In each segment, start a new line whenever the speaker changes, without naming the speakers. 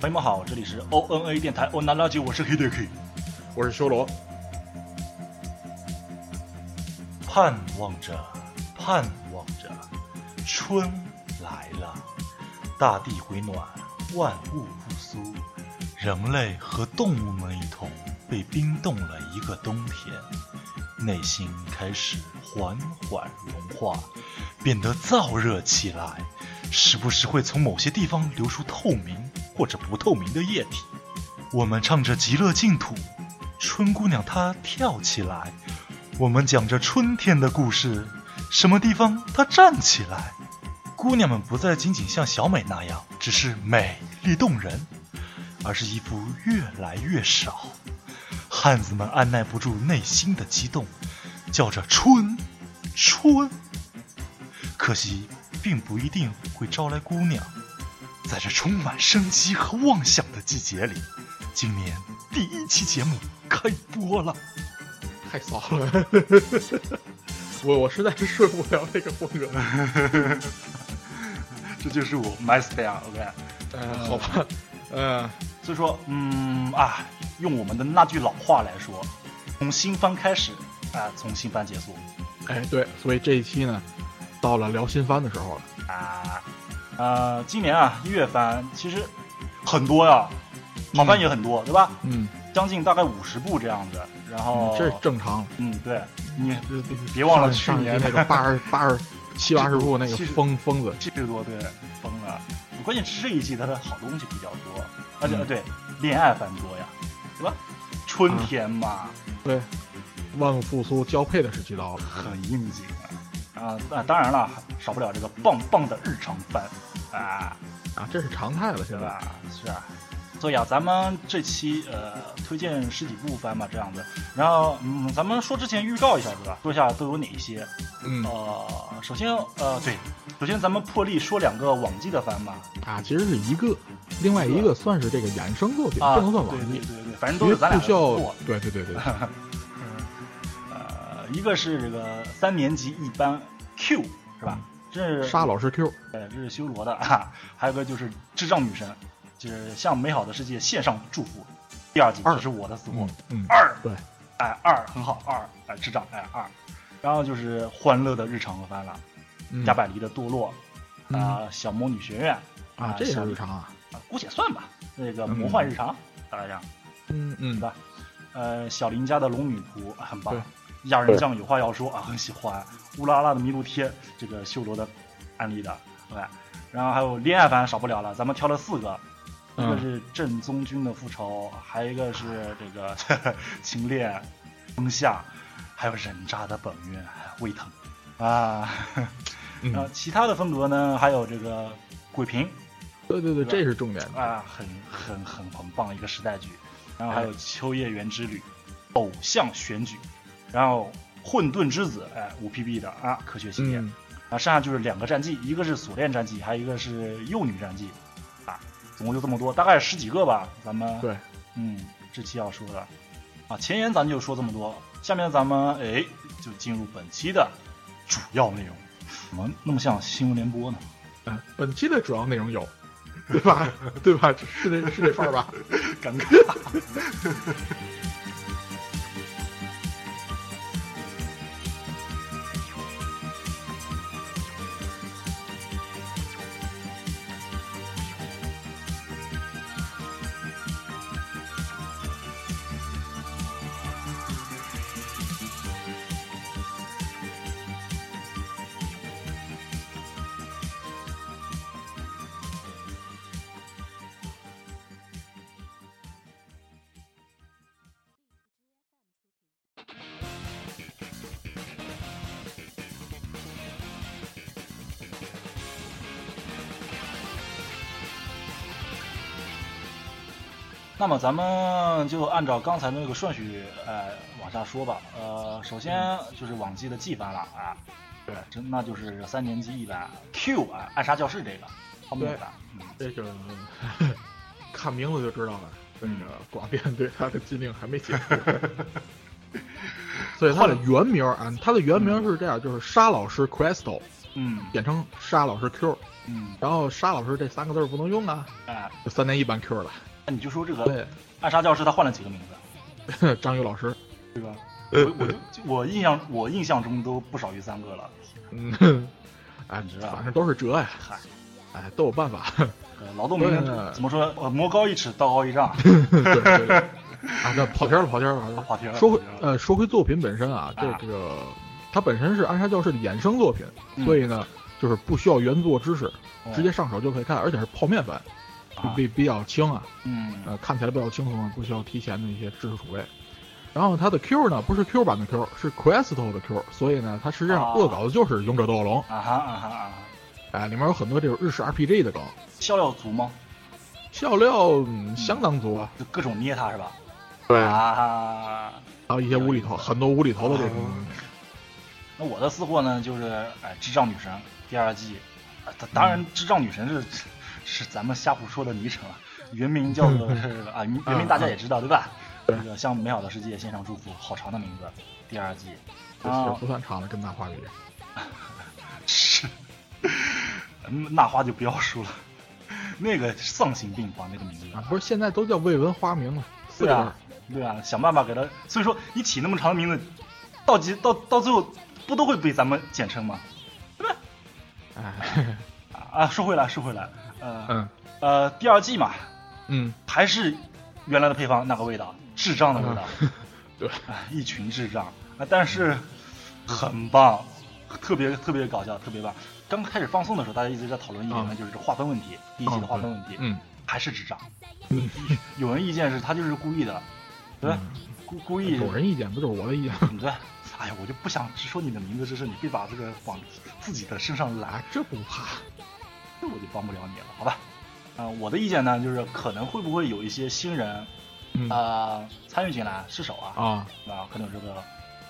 朋友们好，这里是 O N A 电台欧南垃圾，我是 K D K。
我是修罗，
盼望着，盼望着，春来了，大地回暖，万物复苏，人类和动物们一同被冰冻了一个冬天，内心开始缓缓融化，变得燥热起来，时不时会从某些地方流出透明或者不透明的液体。我们唱着极乐净土，春姑娘她跳起来。我们讲着春天的故事，什么地方它站起来？姑娘们不再仅仅像小美那样，只是美丽动人，而是一副越来越少。汉子们按耐不住内心的激动，叫着春，春。可惜，并不一定会招来姑娘。在这充满生机和妄想的季节里，今年第一期节目开播了。
太骚了！ 我我实在是受不了这个风格。哎
这就是我 my style。OK，嗯
呃，好吧，呃，
所以说，嗯啊，用我们的那句老话来说，从新番开始，啊，从新番结束，
哎，对，所以这一期呢，到了聊新番的时候了。
啊，呃，今年啊，一月番其实很多呀、好番也很多，对吧？
嗯，
将近大概五十部这样子。然后，
这是正常。
嗯，对，你
这
别忘了去
上一
年
期 那个八十八十七八十部那个
其实
疯疯子，
七十多对疯了，关键是这一季它的好东西比较多，而且、
嗯
对恋爱番多呀，对吧？春天嘛。
对，万物复苏交配的时期到 了。
很应景啊！啊，当然了，少不了这个棒棒的日常番啊，
啊，这是常态了，
对
现在。
吧？是啊，所以啊，咱们这期呃推荐十几部番嘛，这样子。然后嗯，咱们说之前预告一下，对吧？说一下都有哪一些。
嗯
呃，首先呃对，首先咱们破例说两个往季的番嘛
啊，其实是一个，另外一个算是这个衍生作品，
啊，
不
对
能
对
算网
对
剧，
对对，反正
因
都
为
是咱俩
不需要
做。。
对对对对，
呃，一个是这个三年级一班 Q 是吧？这
对
是
嗯杀老师 Q。
呃，这是修罗的啊，还有个就是智障女神，就是向美好的世界献上祝福。第二集
二
这是我的死活
嗯，嗯，
二
对，
哎二很好二哎智障哎二，然后就是欢乐的日常番了，
嗯
加百利的堕落
嗯
啊、小魔女学院
啊，这也是日常嗯啊。
啊，姑且算吧，那个魔幻日常大概这样，
嗯嗯
吧呃小林家的龙女仆啊很棒
对，
亚人酱有话要说啊很喜欢，乌拉拉的麋鹿贴这个修罗的案例的对吧，然后还有恋爱番少不了了，咱们挑了四个，一个
嗯，
是正宗军的复仇，还有一个是这个 情恋、风夏，还有人渣的本源胃疼啊。
嗯
然后其他的风格呢，还有这个鬼平
对对对，
吧
这是重点。
啊，很很很很棒一个时代剧。然后还有秋叶原之旅、偶像选举，然后混沌之子，哎，五 PB 的啊，科学系列。
嗯，
啊，剩下就是两个战绩，一个是锁链战绩，还有一个是幼女战绩，啊，总共就这么多，大概十几个吧，咱们
对，
嗯，这期要说的，啊，前言咱就说这么多，下面咱们哎就进入本期的主要内容，怎么那么像新闻联播呢？
嗯，本期的主要内容有，对吧？ 对吧？是这是这份儿吧？
尴尬。那么咱们就按照刚才的那个顺序，呃，往下说吧。呃，首先就是往季的季番了啊，对，这那就是三年级一班 Q 啊，暗杀教室这个泡沫
对
版，嗯，
这个嗯看名字就知道了，这个广电对它的禁令还没解 除。所以它的原名儿啊，它的原名是这样，就是沙老师 Crystal，
嗯，
简称沙老师 Q，
嗯，
然后沙老师这三个字儿不能用啊，
哎，
就三年一班 Q 了。
那你就说这个
对，
暗杀教室他换了几个名字？
张宇老师，
对吧？我我就就我印象我印象中都不少于三个了。
嗯，哎
你知，道
反正都是辙呀，
嗨，
哎，都有办法。
呃劳动民
对
怎么说？呃，魔高一尺，道高一丈。
对对对，啊，那跑偏了，跑偏了，跑偏了。
跑题了。
说回
跑题了
呃，说回作品本身啊，这
啊
这个它本身是《暗杀教室》的衍生作品，
嗯
所以呢，就是不需要原作知识，
哦
呃直接上手就可以看，而且是泡面番，就
啊
比比较轻啊，
嗯
呃，看起来比较轻松，不需要提前的一些知识储备。然后它的 Q 呢，不是 Q 版的 Q，是 Questo 的 Q，所以呢，它实际
啊
上恶搞的就是《勇者斗恶龙》，
啊哈啊哈啊哈，
哎，里面有很多这种日式 RPG 的梗，
笑料足吗？
笑料、嗯、相当足啊，
就各种捏他是吧？
对还
啊哈。
有一些无厘头，很多无厘头的这种
啊那我的私货呢，就是哎，智障女神第二季，啊当当
嗯
然智障女神是是咱们瞎胡说的昵称啊，原名叫做是 啊，原原名大家也知道对吧？
嗯对
那个向美好的世界献上祝福，好长的名字，第二季，
东西，
啊
也不算长的，跟大话比。
是，嗯那话就不要说了，那个丧心病狂那个名字
啊，不是现在都叫未闻花名了，四
对
个字
啊
儿，，
对啊，想办法给他。所以说，你起那么长的名字，到极到到最后不都会被咱们简称吗？
哎，
啊啊，说回来，说回来，呃、
嗯
呃，第二季嘛，
嗯，
还是原来的配方那个味道，智障的味道，
对，
哎，一群智障啊，但是很棒，特别特别搞笑，特别棒。刚开始放送的时候，大家一直在讨论一点呢，
嗯
就是这划分问题，第一季的划分问题，
嗯，
还是智障。有人意见是他就是故意的，对吧？故故意
有嗯人意见不就是我的意见？
你对，哎呀，我就不想直说你的名字这事，你别把这个往自己的身上揽
啊，，这不怕，
这我就帮不了你了，好吧？啊、我的意见呢，就是可能会不会有一些新人啊、
嗯
呃参与进来试手啊，
啊，
啊，可能有这个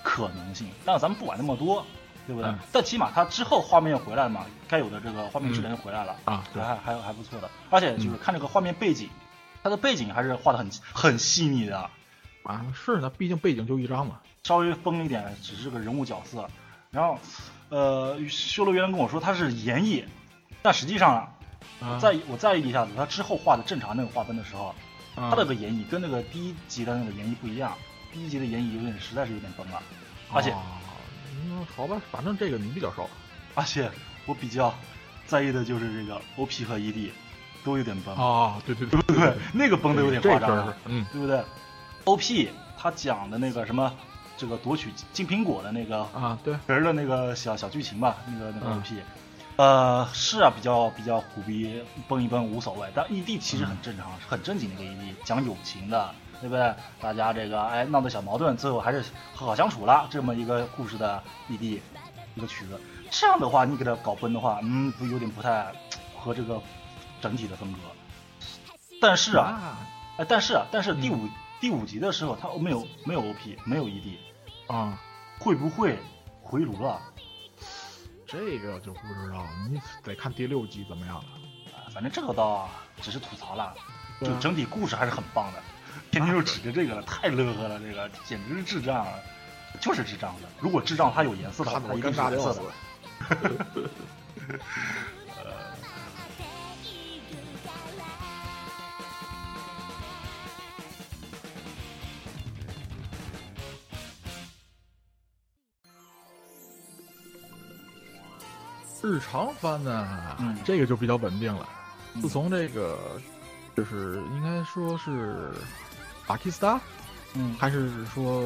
可能性，但咱们不管那么多，对不对？
嗯
但起码它之后画面回来嘛，该有的这个画面质量就回来了，
啊对嗯
还还还不错的，而且就是看这个画面背景，它的背景还是画的很很细腻的，
啊是呢，毕竟背景就一张嘛，
稍微崩一点，只是个人物角色。然后，呃，修罗原来跟我说他是演绎，但实际上啊，
啊，
在我在意一下子，他之后画的正常那个划分的时候，
啊
他那个演绎跟那个第一集的那个演绎不一样。第一集的演绎有点实在是有点崩了，而且、
哦嗯，好吧，反正这个你比较熟，
而且我比较在意的就是这个 OP 和 ED 都有点崩，
啊，对对对对
对，那个崩的有点夸
这
张
真
了
是，，嗯
对不对？OP 他讲的那个什么，这个夺取金苹果的那个
啊，对，
人的那个小小剧情吧，那个那个
嗯
OP，、呃，是啊，比较比较虎逼，蹦一蹦无所谓。但 ED 其实很正常，很正经的一个 ED，讲友情的，对不对？大家这个哎闹的小矛盾，最后还是和好相处了，这么一个故事的 ED 一个曲子。这样的话，你给它搞崩的话，嗯，不有点不太和这个整体的风格。但是啊，哎，但是啊，但是第五、第五集的时候，它没有没有 OP，没有 ED，
啊啊，
会不会回炉了？
这个就不知道了，你得看第六集怎么样了。
啊反正这个倒只是吐槽了，
对
就
啊
整体故事还是很棒的。天天就指着这个了，太乐呵了，这个简直是智障了，就是智障的。如果智障它有颜色的话，
看
它
得
一
我
定
尴
是
尬
有
的
颜色
要
的
死。。呃日常番呢，
嗯
这个就比较稳定了。
嗯
自从这个，就是应该说是巴基斯坦，
嗯，
还是说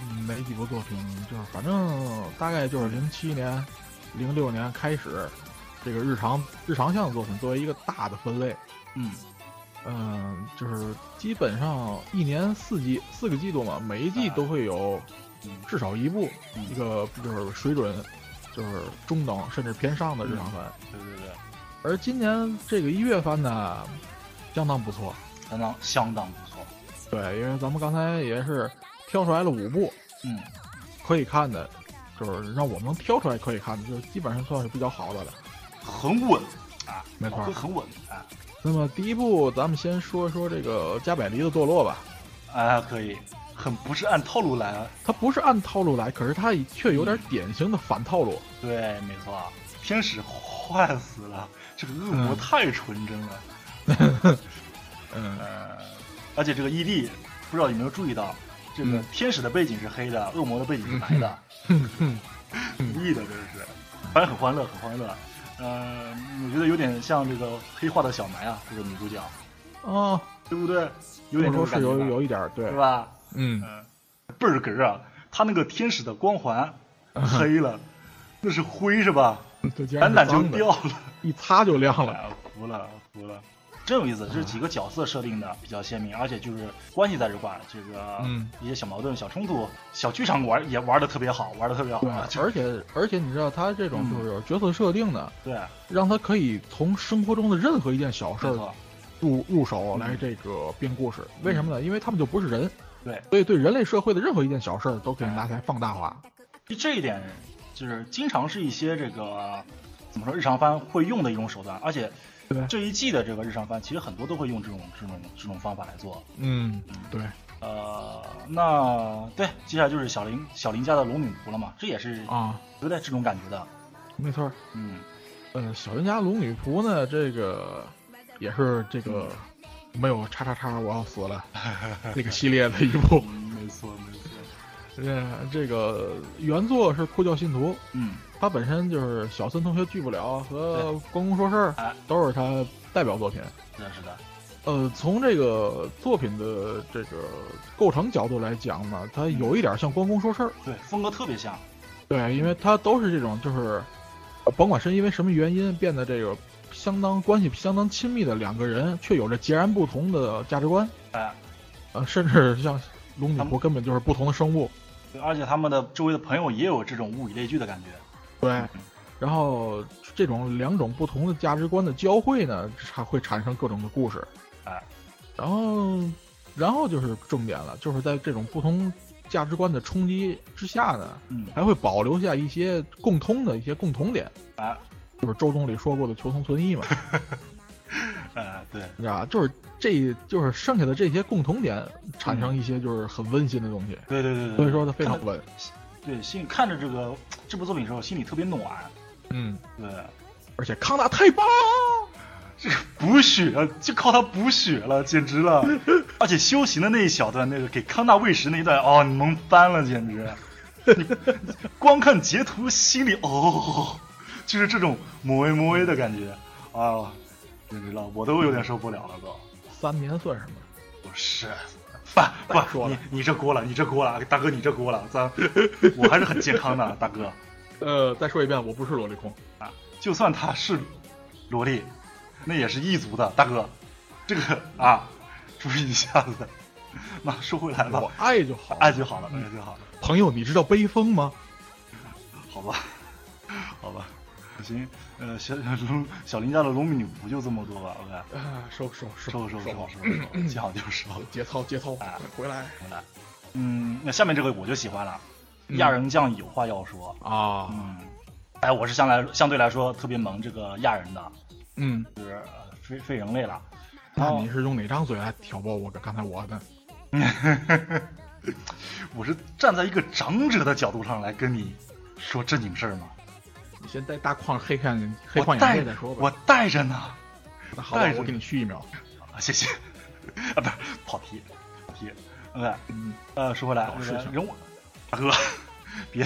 嗯哪几部作品，就是反正大概就是零七年、零六年开始，这个日常日常向的作品作为一个大的分类，
嗯，
嗯，就是基本上一年四季四个季度嘛，每一季
啊
都会有
嗯
至少一部
嗯
一个就是水准就是中等甚至偏上的日常番。
对对对，
而今年这个一月番呢，相当不错。
相当相当不错。
对，因为咱们刚才也是挑出来了五部
嗯，
可以看的，就是让我们能挑出来可以看的，就是基本上算是比较好的了。
很稳啊，
没错
老 会很稳啊，
那么第一部，咱们先说说这个加百利的堕落吧。
啊可以，很不是按套路来啊。
它不是按套路来，可是它却有点典型的反套路。
啊对，没错，天使坏死了，这个恶魔
嗯
太纯真了。
嗯
呃，而且这个 ED 不知道有没有注意到，这个
嗯
天使的背景是黑的，恶魔的背景是白的，
哼哼，
故意的这是，反正很欢乐，很欢乐。呃，我觉得有点像这个黑化的小埋啊，这个女主角，
哦，
对不对？嗯有
这
点这
么说
种
是
感觉
有
吧，
有一点儿对
是，吧？
嗯，
嗯，倍儿哏儿啊！他那个天使的光环黑了，那是灰是吧？
对，竟然
橄榄
嗯是
嗯就
脏的
掉了，
一擦就亮了，
哎我服了，我服了。真有意思，这几个角色设定的比较鲜明，而且就是关系在这块儿，这个
嗯
一些小矛盾、小冲突，小剧场玩也玩的特别好，玩的特别好
对
啊，，就
而且而且你知道他这种
嗯
就是有角色设定的，
对，
让他可以从生活中的任何一件小事
没
儿
错，
入入手
嗯
来这个编故事，为什么呢？因为他们就不是人，
对，
所以对人类社会的任何一件小事儿都可以拿起来放大化，
就这一点就是经常是一些这个怎么说日常番会用的一种手段，而且
对
这一季的这个日常番其实很多都会用这种这种这种方法来做，
嗯，对，
呃，那对，接下来就是小林小林家的龙女仆了嘛，这也是
啊，
有点这种感觉的，
没错儿，
嗯，
呃，小人家龙女仆呢，这个也是这个
嗯
没有叉叉叉我要死 了这个系列的一部，
没错没错，
呃，这个原作是酷教信徒，
嗯，
他本身就是小森同学拒不了和关公说事
哎
儿，都是他代表作品。
是的是的，
呃，从这个作品的这个构成角度来讲呢，它有一点像关公说事儿，
对，风格特别像，
对，因为它都是这种就是，呃甭管是因为什么原因变得这个相当关系相当亲密的两个人，却有着截然不同的价值观，
哎，
呃，甚至像龙女
他们
仆根本就是不同的生物，
对而且他们的周围的朋友也有这种物以类聚的感觉，
对。然后这种两种不同的价值观的交汇呢，它会产生各种的故事。
哎，
然后，然后就是重点了，就是在这种不同价值观的冲击之下呢，
嗯，
还会保留下一些共通的一些共同点，
哎，
就是周总理说过的求同存异 嘛，
哎，对，
你知道吧？就是这就是剩下的这些共同点，产生一些就是很温馨的东西。
对对对对，
所以说它非常
看着
稳，
对心看着这个这部作品的时候，心里特别暖，
嗯，
对，
而且康纳太棒了，
这个补血呃就靠他补血了，简直了！ 而且修行的那一小段，那个给康纳喂食那一段，哦，你萌翻了，简直！ 你光看截图，心里哦，就是这种抹 A 抹 A 的感觉啊，简直了，我都有点受不了了都。
三年算什么？
不是，不
再
不，
说
你
了
你这锅了，你这锅了，大哥你这锅了， 咱我还是很健康的，大哥。啊
呃，再说一遍，我不是萝莉控，
就算他是萝莉，那也是异族的大哥，这个啊，注意一下子。那说回来吧
我，爱就好。
哎爱就好了，爱就好了，
朋友，你知道悲风吗？
好吧，好吧，行，呃，小龙小林家的龙女不就这么多吧？OK，
啊，收收
哎收收
收
收收
收，哎
收，见好就收，
节操节操
啊，
回来
回来。嗯，那下面这个我就喜欢了，
嗯
亚人酱有话要说。
啊，
嗯，哎，我是相来相对来说特别萌这个亚人的，
嗯，
就是呃非非人类了。
那
哦
你是用哪张嘴来挑拨我刚才我的？
我是站在一个长者的角度上来跟你说正经事儿嘛。
你先戴大框黑看黑
我
框眼
带
镜再说吧。
我带着呢。
那好吧
戴，着
我给你续一秒。
啊，谢谢。啊，不是跑题，跑题。对，
嗯，
呃，说回来，
搞
那
事
个
情
人物大哥，别，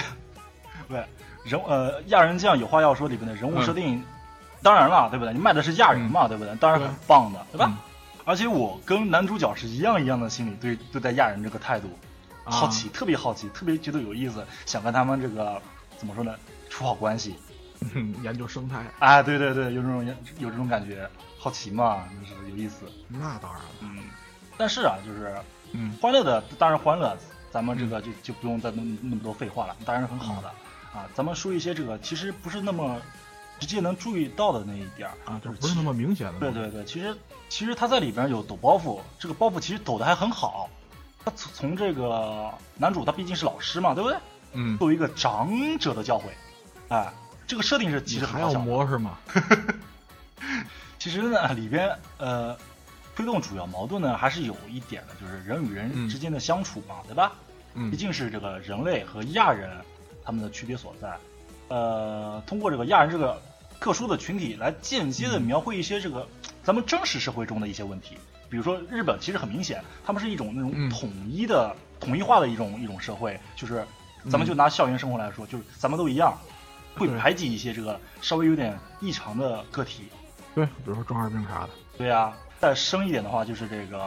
对，人呃亚人酱有话要说里边的人物
嗯
设定，当然了，对不对？你卖的是亚人嘛，对不对？当然
对
很棒的，对吧？
嗯
而且我跟男主角是一样一样的心理对对待亚人这个态度，
啊
好奇，特别好奇，特别觉得有意思，想跟他们这个怎么说呢，处好关系。
嗯？ 研究生态，
啊，对对对，有这种有这种感觉，好奇嘛，就是有意思。
那当然了。
嗯，但是啊，就是
嗯
欢乐的当然欢乐，咱们这个就就不用再那么那么多废话了，当然是很好的
嗯
啊。咱们说一些这个其实不是那么直接能注意到的那一点儿
啊，就
就是
不是那么明显的。
对，对对，其实其实他在里边有抖包袱，这个包袱其实抖的还很好。他从从这个男主，他毕竟是老师嘛，对不对？
嗯，
作为一个长者的教诲，哎，这个设定是其
你
实很
还
好
要
笑的。
模是吗？
其实呢，里边呃，推动主要矛盾呢还是有一点的，就是人与人
嗯
之间的相处嘛，对吧？
嗯
毕，竟是这个人类和亚人他们的区别所在。呃，通过这个亚人这个特殊的群体来间接
嗯
的描绘一些这个咱们真实社会中的一些问题。比如说日本，其实很明显，他们是一种那种
嗯
统一的、统一化的一种一种社会，就是咱们就拿校园生活来说，就是咱们都一样，会
嗯对
排挤一些这个稍微有点异常的个体。
对，比如说中二病啥的
对啊，再深一点的话，就是这个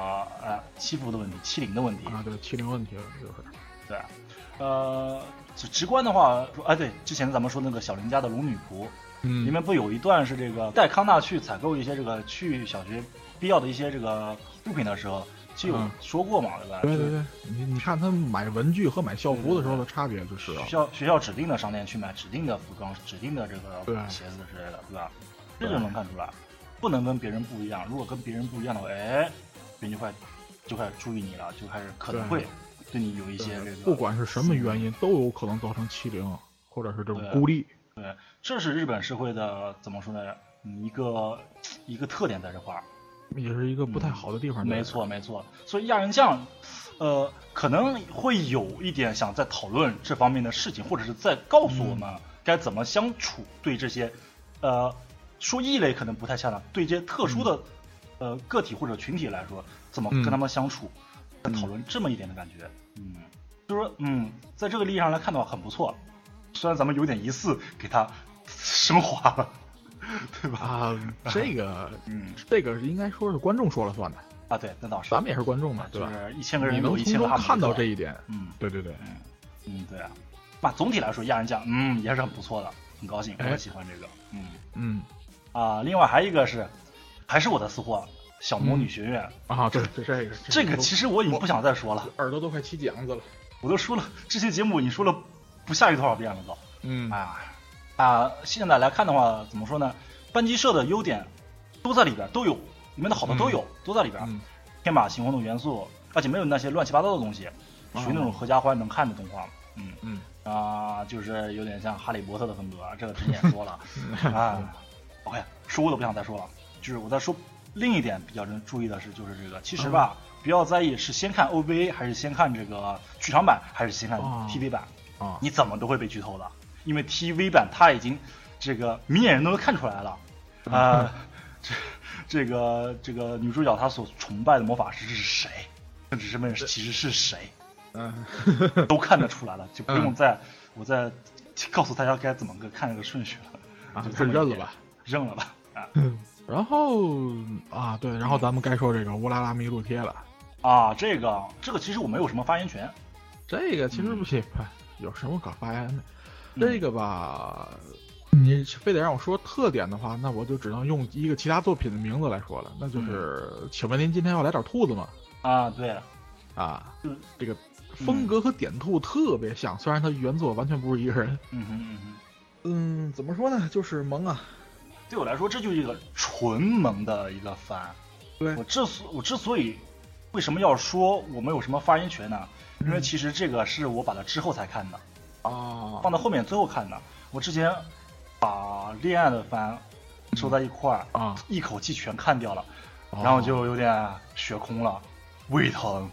呃欺负的问题、欺凌的问题。
啊，对，欺凌问题就是，
对，啊呃，直直观的话，说哎，对，之前咱们说那个小林家的龙女仆，
嗯
里面不有一段是这个带康纳去采购一些这个去小学必要的一些这个物品的时候，就有
嗯
说过嘛，对吧？
对对
就
对，你你看他买文具和买校服的时候的差别就是啊
学，校学校指定的商店去买指定的服装、指定的这
对
个鞋子之类的，对吧？这
对
就能看出来，不能跟别人不一样。如果跟别人不一样的话，哎，别人就快就开始注意你了，就开始可能
对
会对你有一些这个。
不管是什么原因，都有可能造成欺凌或者是这种孤立。
对，这是日本社会的怎么说呢？嗯一个一个特点在这块儿。
也是一个不太好的地方。
嗯没错，没错。所以亚人酱，呃，可能会有一点想在讨论这方面的事情，或者是在告诉
嗯
我们该怎么相处，对这些，呃，说异类可能不太恰当，对这些特殊的、
嗯
呃个体或者群体来说，怎么跟他们相处，在
嗯
讨论这么一点的感觉，嗯，就说嗯，在这个利益上来看的话，很不错。虽然咱们有点疑似给它升华了， 对吧？
啊，这个
嗯
这个应该说是观众说了算的，
啊，对，那倒是，
咱们也是观众嘛，对
就
吧？
是一千个人
你
有
能
一
从
千个
中
哈姆
看到
雷特
这一点，
嗯
对对对，
嗯，对啊，那总体来说，亚人酱，嗯，也是很不错的，很高兴，我
哎
很喜欢这个，嗯
嗯
啊，另外还有一个是，还是我的私货，小魔女学院，
啊，对，这这个
这个其实我已经不想再说了，
耳朵都快起茧子了，
我都说了，这期节目你说了不下于多少遍了都，
嗯
哎呀，啊，现在来看的话，怎么说呢？班级社的优点都在里边，都有，里面的好的都有，都在里边，
嗯
天马行空的元素，而且没有那些乱七八糟的东西，
哦
属于那种合家欢能看的动画，嗯。
嗯，
啊，就是有点像哈利波特的风格，这个之前也说了啊。OK，说我都不想再说了，就是我再说另一点比较人注意的是，就是这个其实吧，不要在意是先看 OVA 还是先看这个剧场版，还是先看
哦
TV 版，
啊，
你怎么都会被剧透的，因为 TV 版它已经这个明眼人都能看出来了，啊、这这个这个女主角她所崇拜的魔法师是谁，甚至身份其实是谁。
嗯，
都看得出来了，就不用再、我再告诉大家该怎么个看这个顺序了，
啊
就，这
这
么
认了
一点
吧。
扔了吧啊
然后啊，对，然后咱们该说这个乌拉拉麋鹿贴了。
啊！这个这个其实我没有什么发言权，
这个其实不行，哎有什么可发言的？
嗯
这个吧，你非得让我说特点的话，那我就只能用一个其他作品的名字来说了，那就是，请问您今天要来点兔子吗？
啊，对，
啊
嗯，
这个风格和点兔特别像，虽然它原作完全不是一个人。
嗯哼嗯哼，
嗯，怎么说呢？就是萌啊，
对我来说这就是一个纯萌的一个番。
对
我之所我之所以为什么要说我没有什么发言权呢？
嗯
因为其实这个是我把它之后才看的，
啊
放到后面最后看的。我之前把恋爱的番收在一块儿，
啊，
一口气全看掉了。
哦
然后就有点血空了，胃疼。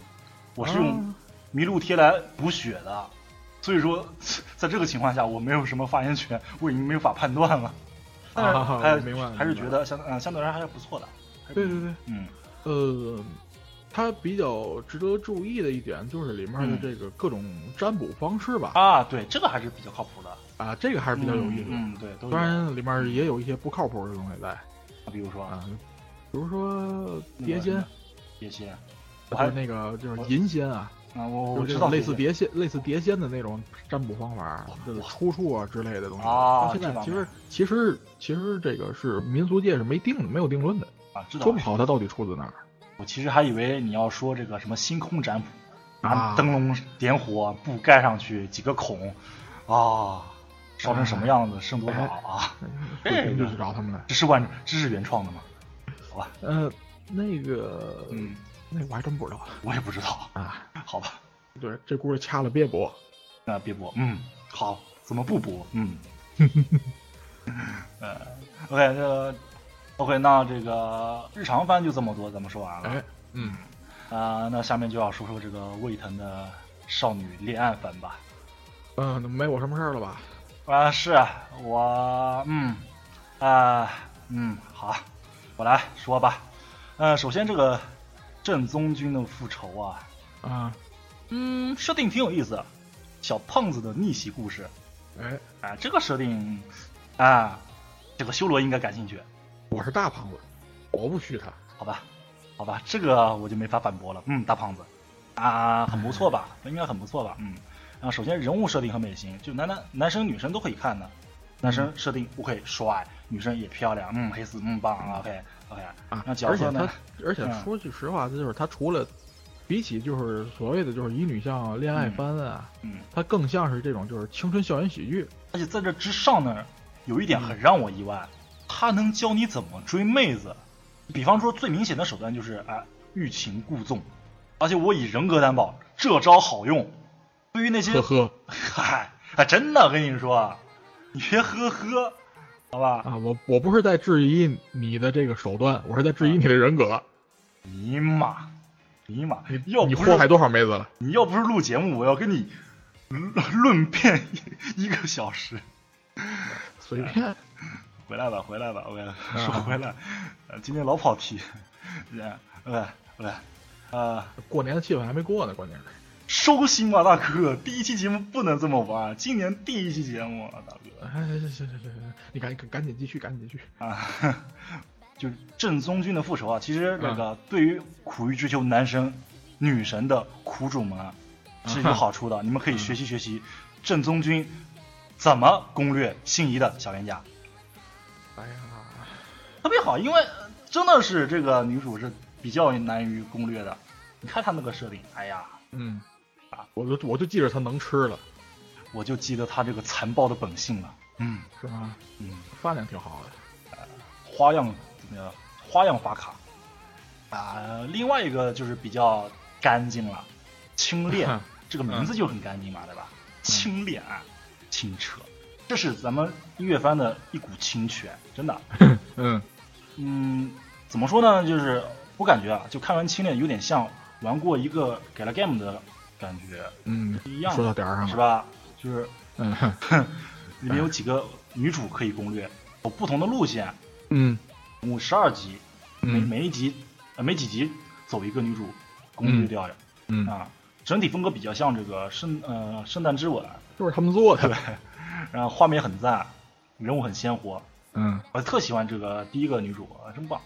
我是用
啊
麋鹿贴来补血的，所以说 在这个情况下我没有什么发言权，我已经没法判断了。但是
啊
还
明白了
还是
明白
觉
了
得相呃相对来说还是不错的。还是
对对对，
嗯
呃，它比较值得注意的一点就是里面的
嗯
这个各种占卜方式吧，
啊，对这个还是比较靠谱的，
啊，这个还是比较有意思的。
嗯，嗯对，都有
当然里面也有一些不靠谱的东西在
比如说
啊，比如说
那个
碟仙，
碟仙，我嗯还
还有那个就是银仙啊，
啊我我
就是
知
这
道
种类似
碟
碟仙、类似碟仙的那种占卜方法，就是出术啊之类的东西。
啊
到现
这
在
方
其
面
实其实其实这个是民俗界是没定没有定论的，
啊，知道
说不。好它到底出自哪儿。
我其实还以为你要说这个什么星空占卜，拿
啊
灯笼点火，布盖上去几个孔，啊，烧成什么样子，剩多少啊？这个
回头就去找他们来。
这是万，这是原创的吗？好吧，
呃，那个，
嗯，
那个我还真不知道
我也不知道，
啊。
好吧，
对，这故事掐了别播。
那别播，嗯，好，怎么不播？ 嗯，呃，OK，这个 OK，那这个日常番就这么多，咱们说完了。
哎，嗯，
啊、那下面就要说说这个胃疼的少女恋爱番吧。
呃嗯、那没我什么事儿了吧？
啊，是啊我，嗯，啊，嗯，好，我来说吧。呃，首先这个正宗军的复仇啊，
啊，
嗯，设定挺有意思，小胖子的逆袭故事
哎，
啊，这个设定啊，这个修罗应该感兴趣，
我是大胖子，我不虚他。
好吧？好吧，这个我就没法反驳了。嗯，大胖子啊，很不错吧？应该很不错吧？嗯，啊，首先人物设定很美型，就男男男生女生都可以看的。男生设定 OK 帅，女生也漂亮，嗯，黑丝嗯棒啊 OK OK
啊，
那
而
角
且
色呢
他，而且
嗯
说句实话，就是他除了比起就是所谓的就是乙女向恋爱番啊，
嗯，
他更像是这种就是青春校园喜剧。
而且在这之上呢，有一点很让我意外，他能教你怎么追妹子。比方说最明显的手段就是啊，欲擒故纵，而且我以人格担保，这招好用。对于那些
呵
嗨，啊，真的，我跟你说，你别呵呵，好吧？
啊，我我不是在质疑你的这个手段，我是在
嗯
质疑你的 人格。
尼玛，尼玛，
你
要
你
不
祸害
是
多少妹子 了？
你要不是录节目，我要跟你论论辩一个小时。
随便
回来吧，回来吧，我说
啊
回来，呃，今天老跑题， 呃，呃，呃，呃，
过年的气氛还没过呢，关键是。
收心吧，大哥，第一期节目不能这么玩，今年第一期节目，啊大哥
哎，行行行行行，你赶紧赶紧继续，赶紧继续。
啊， 就是正宗军的复仇啊，其实那个对于苦于追求男神、女神的苦主们啊，是有好处的，你们可以学习学习正宗军怎么攻略心仪的小冤家。
哎呀，
特别好，因为呃真的是这个女主是比较难于攻略的。你看她那个设定，哎呀，
嗯，
啊
我就我就记着他能吃了，
我就记得她这个残暴的本性了。嗯
是吧？
嗯，
饭量挺好的。
花样怎么样？花样发卡啊、另外一个就是比较干净了，清炼这个名字就很干净嘛，对吧？清炼啊，清澈，这是咱们音乐番的一股清泉，真的。
嗯
嗯，怎么说呢？就是我感觉啊，就看完《清炼》有点像玩过一个给了 game 的感觉，
嗯，
一样
说到点儿上
是
了，
吧？就是
嗯
里面有几个女主可以攻略，有不同的路线，
嗯
五十二集，每
嗯
每一集呃每几集走一个女主攻略掉
嗯，
啊，整体风格比较像这个圣呃圣诞之吻，
就是他们做的。
然后画面很赞，人物很鲜活，
嗯
我特喜欢这个第一个女主，啊真棒。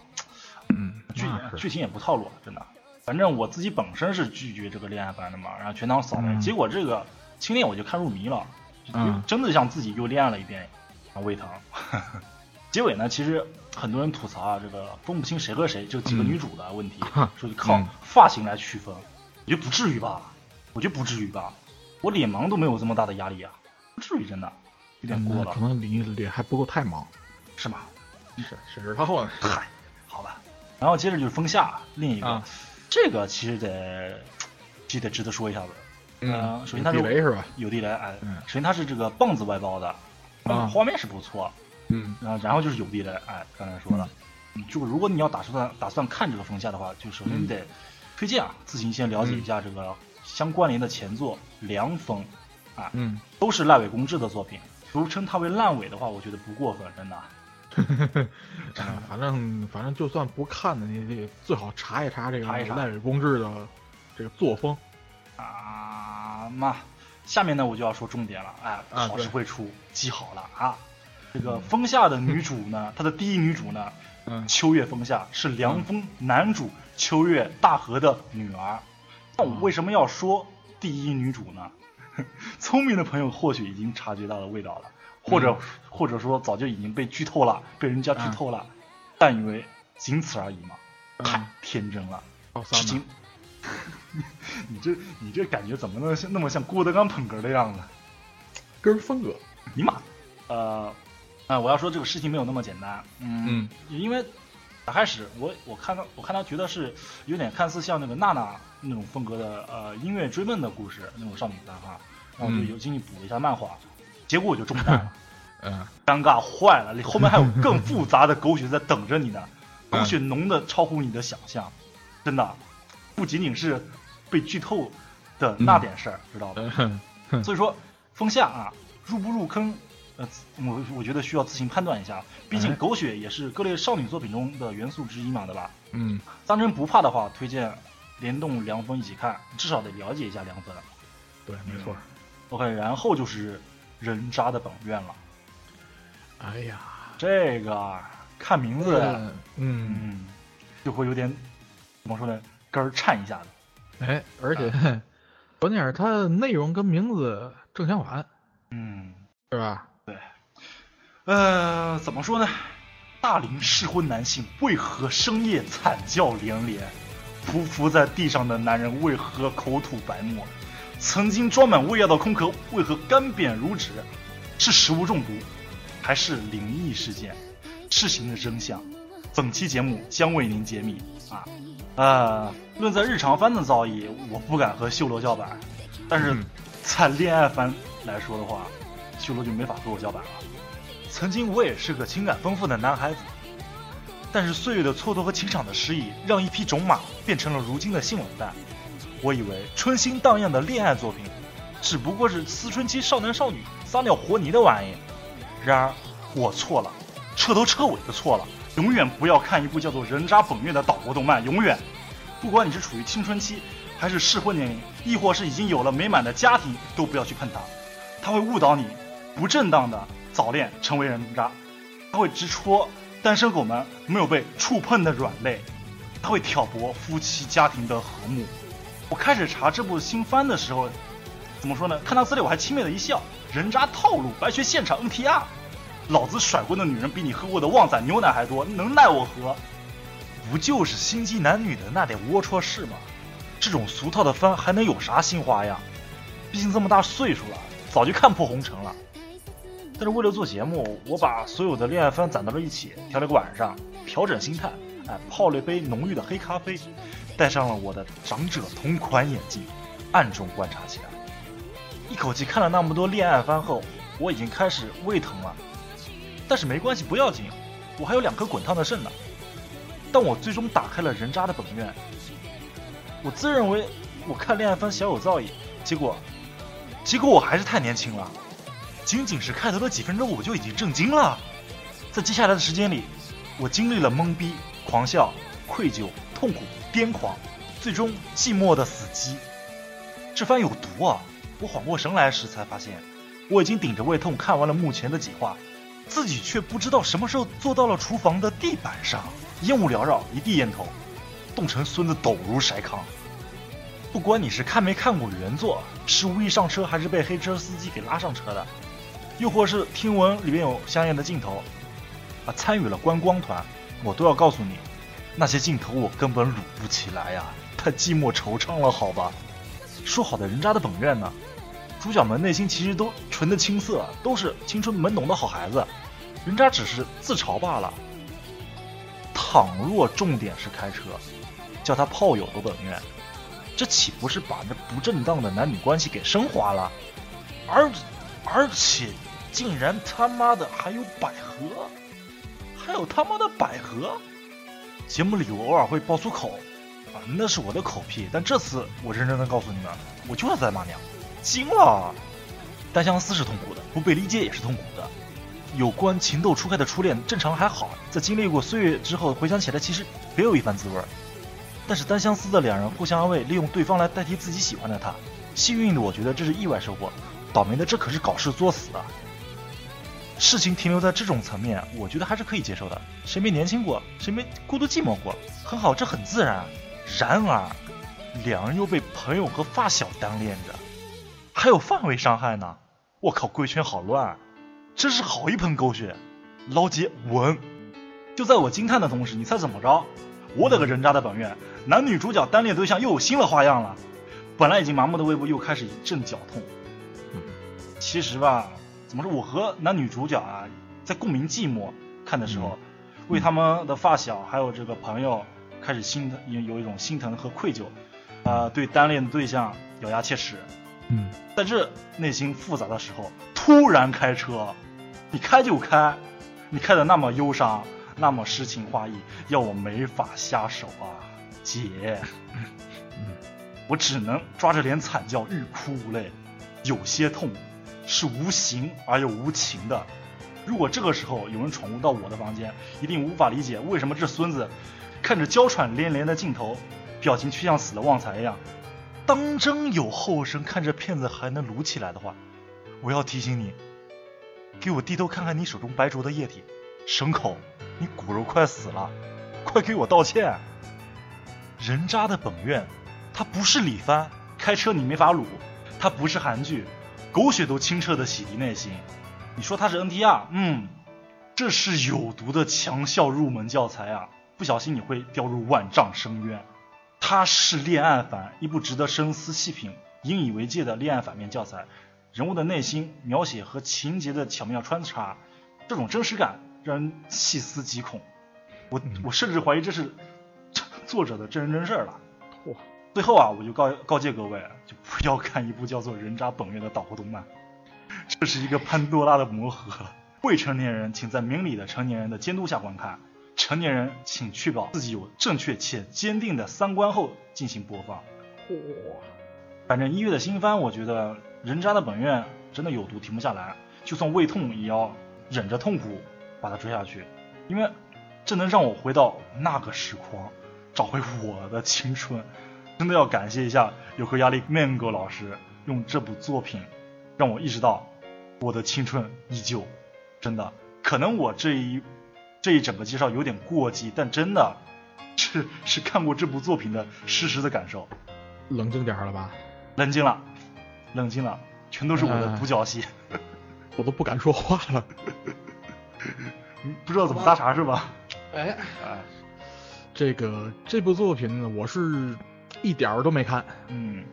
嗯，
剧
那是
剧情也不套路，真的。反正我自己本身是拒绝这个恋爱番的嘛，然后全当扫雷，
嗯
结果这个青恋我就看入迷了，就
嗯
真的像自己又恋爱了一遍，啊，胃 疼。结尾呢，其实很多人吐槽啊，这个分不清谁和谁，就几个
嗯
女主的问题，
哈
说靠
嗯
发型来区分，我觉得不至于吧，我觉得不至于吧，我脸盲都没有这么大的压力啊，不至于真的，有点过
嗯
了
可，能你脸还不够太忙。
是吗？
是是，他后
嗨，好吧。然后接着就是风夏另一个，
啊
这个其实得其实得值得说一下子。呃首先他
嗯地
是
雷是吧？
有地雷，哎，
嗯
首先它是这个棒子外包的，
啊
画面是不错，
嗯
然后然后就是有地雷，哎，刚才说了，嗯就如果你要打算打算看这个风夏的话，就首先
嗯
你得推荐啊，自行先了解一下这个相关联的前作《凉风》，啊，
嗯，
都是烂尾公治的作品，如称它为烂尾的话，我觉得不过分，真的。
啊反正反正就算不看的，你得最好查一查这个
查一查
赖伟公志的这个作风。
啊妈！下面呢，我就要说重点了，哎，
啊
好
对嗯
事会出，记好了啊！这个风夏的女主 呢，她的第一女主呢，
嗯
秋月风夏是凉风男主秋月大河的女儿。那我为什么要说第一女主呢？ 聪明的朋友或许已经察觉到了味道了，
嗯
或者、或者说早就已经被剧透了，被人家剧透了，但以为仅此而已嘛，太
嗯
天真了。
高
事
三
情
呢？，
你这你这感觉怎么能像那么像郭德纲捧哏的样子？
跟人风格。
尼玛，呃，啊、我要说这个事情没有那么简单，嗯，因为打开始我我看到我看他觉得是有点看似像那个娜娜那种风格的呃音乐追梦的故事那种少女漫画，然后我就
嗯
有精力补了一下漫画，结果我就中弹了。
嗯
尴尬坏了，后面还有更复杂的狗血在等着你呢，
嗯
狗血浓的超乎你的想象，真的，不仅仅是被剧透的那点事儿，知道吧？
嗯
所以说，风夏啊，入不入坑呃，我我觉得需要自行判断一下，毕竟
哎
狗血也是各类少女作品中的元素之一嘛，对吧？
嗯，
当真不怕的话，推荐联动凉风一起看，至少得了解一下凉风。
对，没错。
OK，然后就是人渣的本愿了，
哎呀，
这个啊看名字，
嗯，
嗯，就会有点怎么说呢，根儿颤一下子。
哎，而且、 关键是它内容跟名字正相反，
嗯，
是吧？
呃，怎么说呢？大龄适婚男性为何深夜惨叫连连？匍匐在地上的男人为何口吐白沫？曾经装满胃药的空壳为何干瘪如纸？是食物中毒，还是灵异事件？事情的真相，本期节目将为您揭秘啊！呃，论在日常番的造诣，我不敢和修罗叫板，但是
嗯
在恋爱番来说的话，修罗就没法和我叫板了。曾经我也是个情感丰富的男孩子，但是岁月的蹉跎和情场的失意，让一匹种马变成了如今的性冷淡。我以为春心荡漾的恋爱作品，只不过是思春期少男少女撒尿和泥的玩意。然而我错了，彻头彻尾的错了。永远不要看一部叫做《人渣本愿》的岛国动漫，永远。不管你是处于青春期，还是适婚年龄，亦或是已经有了美满的家庭，都不要去碰它，它会误导你，不正当的早恋成为人渣，它会直戳单身狗们没有被触碰的软肋，它会挑拨夫妻家庭的和睦。我开始查这部新番的时候，怎么说呢？看到资料我还轻蔑的一笑，人渣套路，白学现场 NTR，老子甩过的女人比你喝过的旺仔牛奶还多，能奈我何？不就是心机男女的那点龌龊事吗？这种俗套的番还能有啥新花样？毕竟这么大岁数了，早就看破红尘了。但是为了做节目，我把所有的恋爱番攒到了一起，调了个晚上，调整心态，哎，泡了一杯浓郁的黑咖啡，戴上了我的长者同款眼镜，暗中观察起来。一口气看了那么多恋爱番后，我已经开始胃疼了。但是没关系，不要紧，我还有两颗滚烫的肾呢。但我最终打开了人渣的本愿。我自认为我看恋爱番小有造诣，结果，结果我还是太年轻了。仅仅是开头的几分钟，我就已经震惊了。在接下来的时间里，我经历了懵逼、狂笑、愧疚、痛苦、癫狂，最终寂寞的死机。这番有毒啊！我缓过神来时才发现，我已经顶着胃痛看完了目前的几话，自己却不知道什么时候坐到了厨房的地板上，烟雾缭绕，一地烟头，冻成孙子抖如筛糠。不管你是看没看过原作，是无意上车还是被黑车司机给拉上车的，又或是听闻里面有香艳的镜头，啊，参与了观光团，我都要告诉你，那些镜头我根本撸不起来呀、太寂寞惆怅了，好吧？说好的人渣的本愿呢？主角们内心其实都纯的青涩，都是青春懵懂的好孩子，人渣只是自嘲罢了。倘若重点是开车，叫他炮友的本愿，这岂不是把这不正当的男女关系给升华了？而而且竟然他妈的还有百合，还有他妈的百合！节目里我偶尔会爆粗口，啊，那是我的口癖，但这次我认真的告诉你们，我就是在骂娘，惊了！单相思是痛苦的，不被理解也是痛苦的。有关情窦初开的初恋，正常还好，在经历过岁月之后回想起来，其实别有一番滋味儿。但是单相思的两人互相安慰，利用对方来代替自己喜欢的他。幸运的我觉得这是意外收获，倒霉的这可是搞事作死啊！事情停留在这种层面，我觉得还是可以接受的。谁没年轻过，谁没孤独寂寞过，很好，这很自然。啊然而，两人又被朋友和发小单恋着，还有范围伤害呢。我靠，贵圈好乱啊，真是好一盆狗血！老姐稳。就在我惊叹的同时，你猜怎么着？我的个人渣的本愿，男女主角单恋对象又有新的花样了。本来已经麻木的胃部又开始一阵绞痛。
嗯
其实吧，怎么说？我和男女主角啊，在共鸣寂寞看的时候，为他们的发小还有这个朋友开始心疼，有有一种心疼和愧疚，啊、对单恋对象咬牙切齿。
嗯，
在这内心复杂的时候，突然开车，你开就开，你开的那么忧伤，那么诗情画意，要我没法下手啊，姐，我只能抓着脸惨叫，欲哭无泪，有些痛，是无形而又无情的。如果这个时候有人闯入到我的房间，一定无法理解为什么这孙子看着娇喘连连的镜头，表情却像死了旺财一样。当真有后生看着骗子还能撸起来的话，我要提醒你，给我低头看看你手中白灼的液体，牲口，你骨肉快死了，快给我道歉！人渣的本愿，它不是李帆，开车你没法撸，它不是韩剧，狗血都清澈的洗涤内心。你说它是 NTR，嗯，这是有毒的强效入门教材啊，不小心你会掉入万丈深渊。它是恋爱番，一部值得深思细品、引以为戒的恋爱反面教材。人物的内心描写和情节的巧妙穿插，这种真实感让人细思极恐。我我甚至怀疑这是作者的真人真事儿了。
嚯！
最后啊，我就告告诫各位，啊就不要看一部叫做《人渣本愿》的岛国动漫，这是一个潘多拉的魔盒。未成年人请在明理的成年人的监督下观看，成年人请确保自己有正确且坚定的三观后进行播放。
嚯！
反正一月的新番，我觉得《人渣的本愿》真的有毒，停不下来，就算胃痛也要忍着痛苦把它追下去，因为这能让我回到那个时光，找回我的青春。真的要感谢一下有和压力 Mango 老师，用这部作品让我意识到我的青春依旧。真的，可能我这一这一整个介绍有点过激，但真的 是是看过这部作品的实时的感受。
冷静点儿了吧？
冷静了，冷静了，全都是我
嗯
的独角戏，
我都不敢说话了。
不知道怎么搭茬是吧？
哎，
哎，
这个这部作品呢，我是一点儿都没看。
嗯，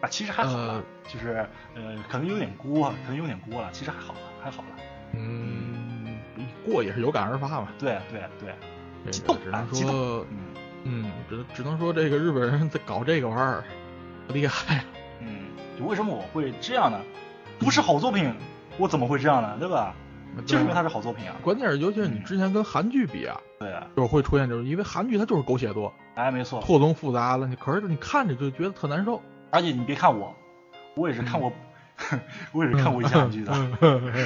啊，其实还好了
呃，
就是呃，可能有点锅，可能有点锅了，其实还好了，还好了。
嗯，一过也是有感而发嘛。
对对对，激
这
动
个只
啊
能
激动
说，
嗯
嗯，只只能说这个日本人在搞这个玩意儿厉害了。
嗯，就为什么我会这样呢？不是好作品，我怎么会这样呢？对吧？就是因为它是好作品啊。
嗯关键是，尤其是你之前跟韩剧比啊，
对啊，
就是会出现这种，因为韩剧它就是狗血多，
哎，没错。
错综复杂了。你可是你看着就觉得特难受。
而且你别看我，我也是看我，
嗯
我也是看过一些韩剧的，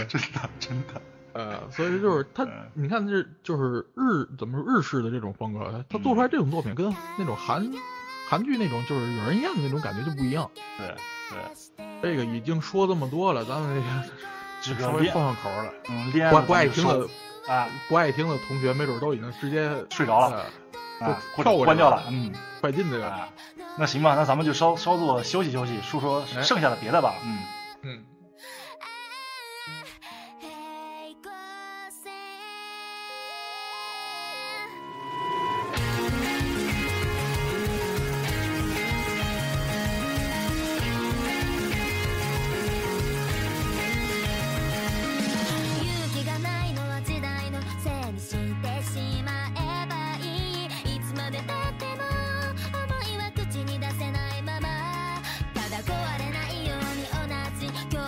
真的真的。
呃，所以就是他
嗯，
你看这就是日怎么说日式的这种风格，他做出来这种作品跟那种韩韩剧那种就是有人演的那种感觉就不一样。
对对，
这个已经说这么多了，咱们
这
这个稍
个
微
恋
放放口了。
嗯恋爱
不
的
不爱
感
听
受
的
啊，
不爱听的同学，没准都已经直接
睡着了，啊，
呃就
或
跳
者
过
关
这
掉
个
了，嗯，
快进这个。
啊，那行吧，那咱们就稍稍作休息休息，说说
哎
剩下的别的吧，嗯。
平
嗯，
行線勇気がないのは時代のせいにしてしまえばいいいつまでたっても思いは口に出せないままただ壊れないように同じ境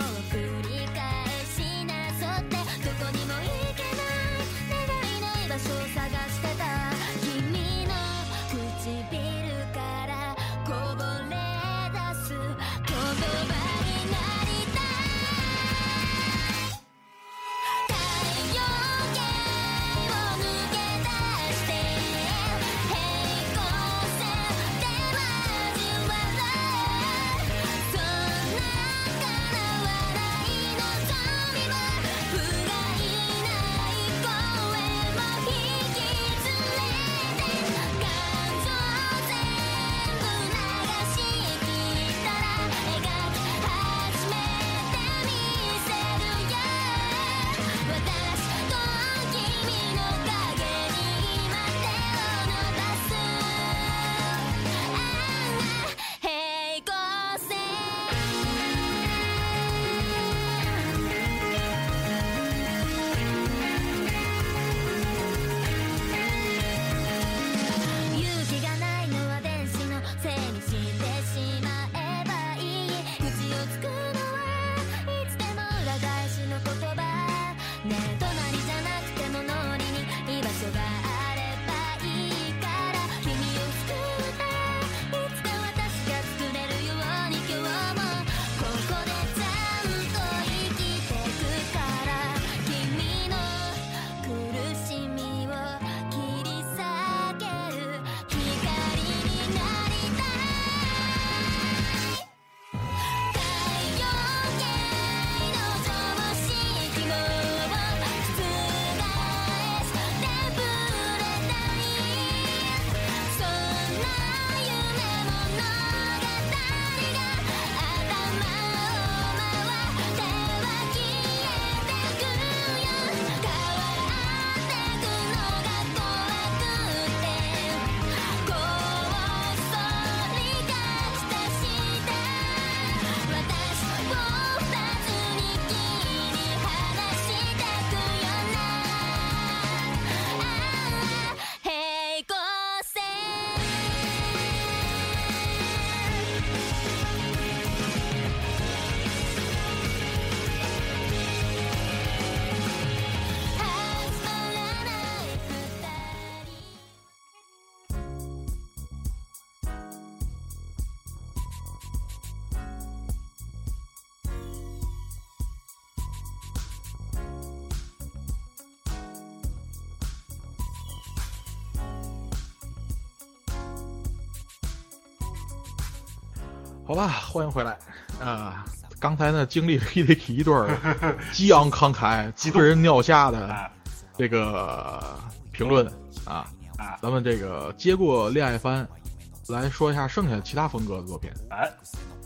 好吧，欢迎回来啊、刚才呢，经历了一对一对儿 激昂慷慨、激
动
人尿下的
啊
这个评论啊，
啊
咱们这个接过恋爱番，来说一下剩下其他风格的作品。
哎，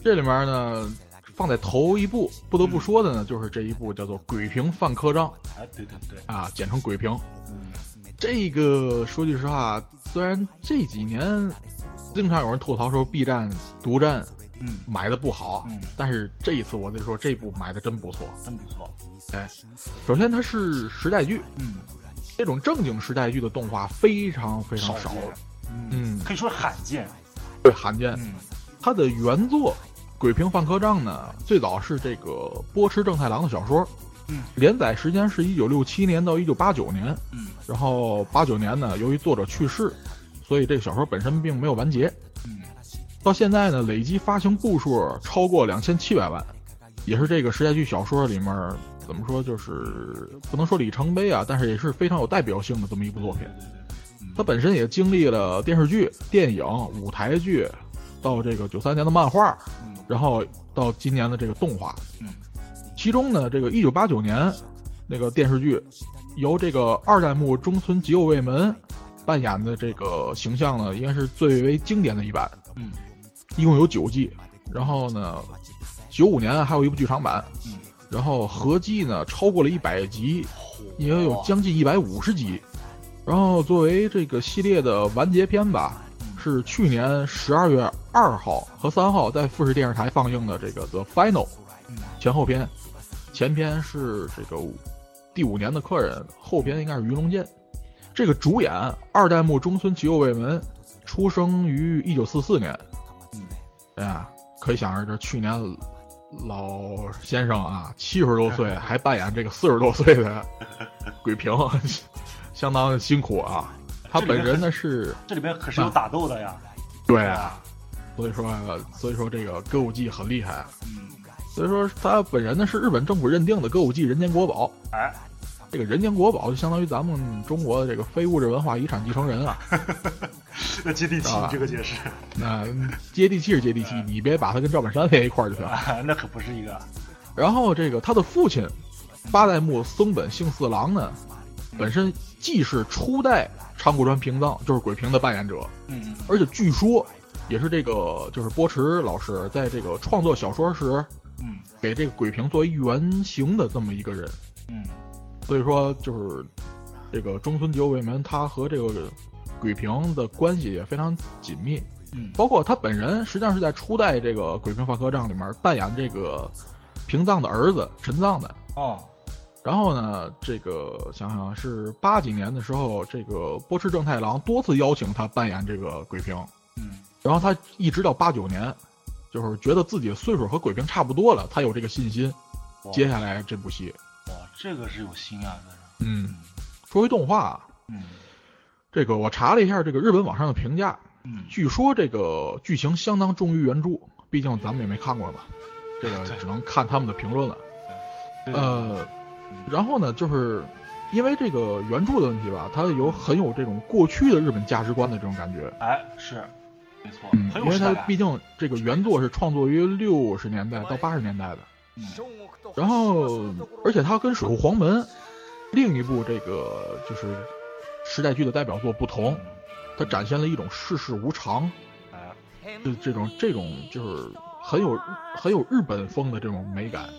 这里面呢，放在头一部不得不说
嗯
的呢，就是这一部叫做《鬼平犯科章》
哎，对对对，
啊，简称《鬼平》。
嗯，
这个说句实话，虽然这几年经常有人吐槽说 B 站独占
嗯，
买的不好，啊
嗯
但是这一次我得说这部买的真不错。
真不错，
哎，首先它是时代剧，
嗯，
这种正经时代剧的动画非常非常少，
见，
嗯
可以说罕见，
对，罕见。
嗯
它的原作《鬼平犯科账》呢，最早是这个波池正太郎的小说，
嗯，
连载时间是一九六七年到一九八九年，
嗯
然后八九年呢，由于作者去世，所以这个小说本身并没有完结。
嗯，
到现在呢，累计发行部数超过两千七百万，也是这个时代剧小说里面怎么说，就是不能说里程碑啊，但是也是非常有代表性的这么一部作品。它本身也经历了电视剧、电影、舞台剧，到这个九三年的漫画，
嗯
然后到今年的这个动画。
嗯
其中呢，这个一九八九年那个电视剧，由这个二代目中村吉右卫门扮演的这个形象呢，应该是最为经典的一版，
嗯
一共有九季。然后呢，九五年还有一部剧场版，
嗯，
然后合计呢超过了一百集，也有将近一百五十集。然后作为这个系列的完结篇吧，是去年十二月二号和三号在富士电视台放映的这个《The Final》
嗯
前后篇，前篇是这个第五年的客人，后篇应该是鱼龙剑。这个主演二代目中村吉右卫门，出生于一九四四年，
嗯
哎呀，可以想而知，去年老先生啊，七十多 岁还扮演这个四十多岁的鬼平， 相当辛苦啊。他本人呢是，
这里边可是有打斗的呀，
啊对啊，，所以说所以说这个歌舞伎很厉害啊，
嗯，
所以说他本人呢是日本政府认定的歌舞伎人间国宝。
哎，
这个人间国宝就相当于咱们中国的这个非物质文化遗产继承人啊，
那接地气
啊，
这个解释
那接地气是接地气，你别把他跟赵本山连一块儿就行。
啊， 那可不是一个，
然后这个他的父亲八代目松本幸四郎呢，本身既是初代长谷川平藏，就是鬼平的扮演者，
嗯
而且据说也是这个就是波池老师在这个创作小说时
嗯
给这个鬼平作为原型的这么一个人。
嗯
所以说就是这个中村久卫门他和这个鬼平的关系也非常紧密，
嗯
包括他本人实际上是在初代这个鬼平犯科账里面扮演这个平藏的儿子陈藏的。
哦，
然后呢，这个想想是八几年的时候，这个波池正太郎多次邀请他扮演这个鬼平，
嗯
然后他一直到八九年，就是觉得自己的岁数和鬼平差不多了，他有这个信心
哇
接下来这部戏。
哇，这个是有心啊，这是，
嗯，说回动画，
嗯
这个我查了一下这个日本网上的评价，
嗯，
据说这个剧情相当忠于原著，毕竟咱们也没看过嘛，这个
对
只能看他们的评论了。
对，嗯
呃，然后呢，就是因为这个原著的问题吧，它有很有这种过去的日本价值观的这种感觉。
哎，是，没错，嗯很
嗯因
有
为
时
它
代感
毕，竟这个原作是创作于六十年代到八十年代的，然后而且它跟《水户黄门》另一部这个就是时代剧的代表作不同，它展现了一种世事无常，
哎，
就这种这种就是很有很有日本风的这种美感。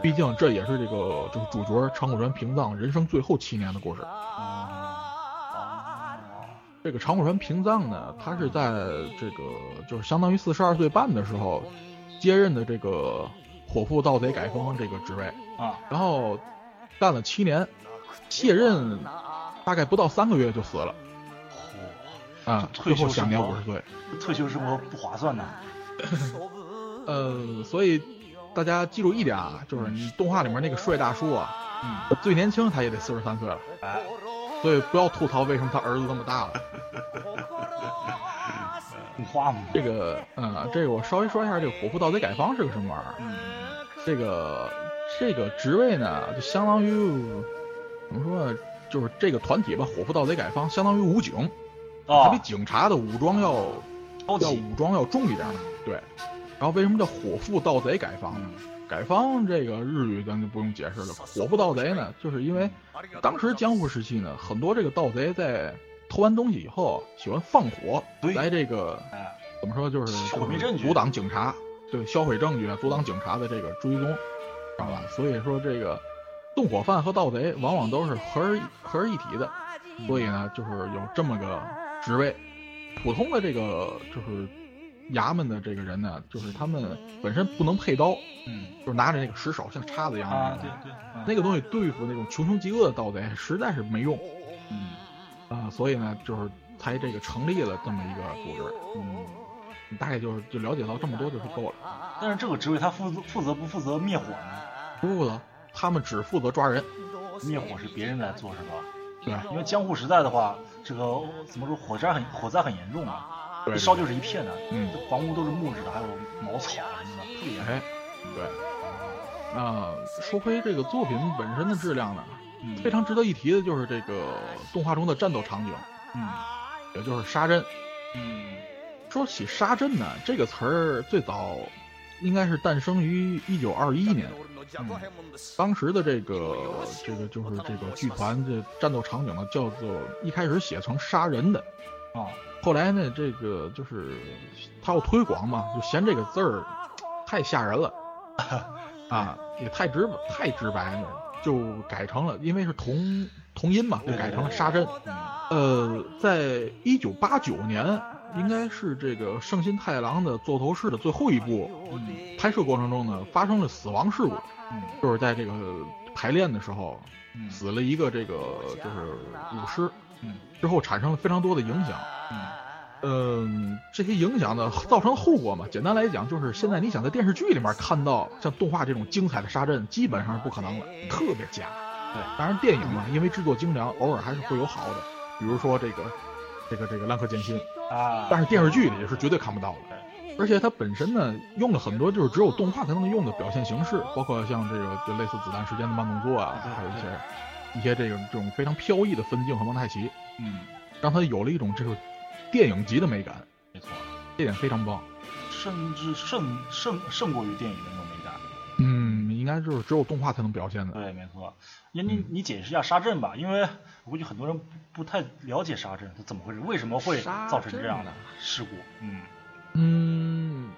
毕竟这也是这个就是主角长谷川平藏人生最后七年的故事。
哦，
这个长谷川平藏呢，他是在这个就是相当于四十二岁半的时候接任的这个火腹盗贼改封这个职位，
啊，
然后干了七年，卸任大概不到三个月就死了啊，
退
最
休
后享年
生活
五十岁。
退休生活不划算呐，
呃，所以大家记住一点啊，就是你动画里面那个帅大叔啊，
嗯，
最年轻他也得四十三岁了，
哎，
所以不要吐槽为什么他儿子那么大了。
你花吗？
这个，呃，这个我稍微说一下，这个火腹盗贼改方是个什么玩意儿？
嗯，
这个这个职位呢，就相当于怎么说呢？就是这个团体吧，火腹盗贼改方相当于武警，它
哦
比，警察的武装要
高
要
级，
武装要重一点儿。对，然后为什么叫火父盗贼改方呢？改方这个日语咱就不用解释了。火父盗贼呢，就是因
嗯
为当时江户时期呢，很多这个盗贼在偷完东西以后喜欢放火
对，
来这个
哎，
怎么说就是
毁灭
就是
证据
阻挡警察，对，销毁证据，啊阻挡警察的这个追踪，
嗯
知道吧？所以说这个纵火犯和盗贼往往都是合而一合而一体的，
嗯
所以呢，就是有这么个职位。普通的这个就是衙门的这个人呢，就是他们本身不能配刀，
嗯
就是拿着那个石手像叉子一样
啊，
的
对
那种
对，
那个东西对付那种穷凶极恶的盗贼实在是没用
嗯
啊、所以呢，就是才这个成立了这么一个组织。
嗯，
你大概就是就了解到这么多就是够了。
但是这个职位他负责负责不负责灭火呢？
不负责，他们只负责抓人，
灭火是别人来做是吧？
对啊吧？
因为江户时代的话，这个怎么说火灾很火灾很严重啊，
对
一烧就是一片的，
嗯，
房屋都是木质的，还有茅草啊什么的，特别严重。
哎，对。那说回这个作品本身的质量呢，
嗯
非常值得一提的就是这个动画中的战斗场景，
嗯
也就是沙阵。
嗯
说起沙阵呢，这个词儿最早应该是诞生于一九二一年，嗯当时的这个这个就是这个剧团的战斗场景呢，叫做一开始写成杀人的，
啊
后来呢，这个就是他要推广嘛，就嫌这个字儿太吓人 了，啊，也太直太直白了，就改成了，因为是同同音嘛，就
对
改成了沙阵。
嗯
呃，在一九八九年，应该是这个圣心太郎的座头市的最后一部
嗯
拍摄过程中呢，发生了死亡事故，
嗯
就是在这个排练的时候
嗯
死了一个这个就是舞狮，
嗯
之后产生了非常多的影响。
嗯
嗯，这些影响呢，造成后果嘛，简单来讲就是，现在你想在电视剧里面看到像动画这种精彩的沙阵，基本上是不可能了，特别假。
对，
当然电影嘛，因为制作精良，偶尔还是会有好的，比如说这个，这个这个《浪客剑心》，
啊，
但是电视剧里是绝对看不到的。而且它本身呢，用了很多就是只有动画才能用的表现形式，包括像这个就类似子弹时间的慢动作啊，还有一些一些这个这种非常飘逸的分镜和蒙太奇，
嗯
让它有了一种这个电影级的美感。
没错，
这点非常棒。
甚至胜胜胜过于电影的那种美感。
嗯，应该就是只有动画才能表现的。
对，没错。你你你解释一下沙阵吧，因为我估计很多人不不太了解沙阵，它怎么回事，为什么会造成这样的事故？嗯
嗯，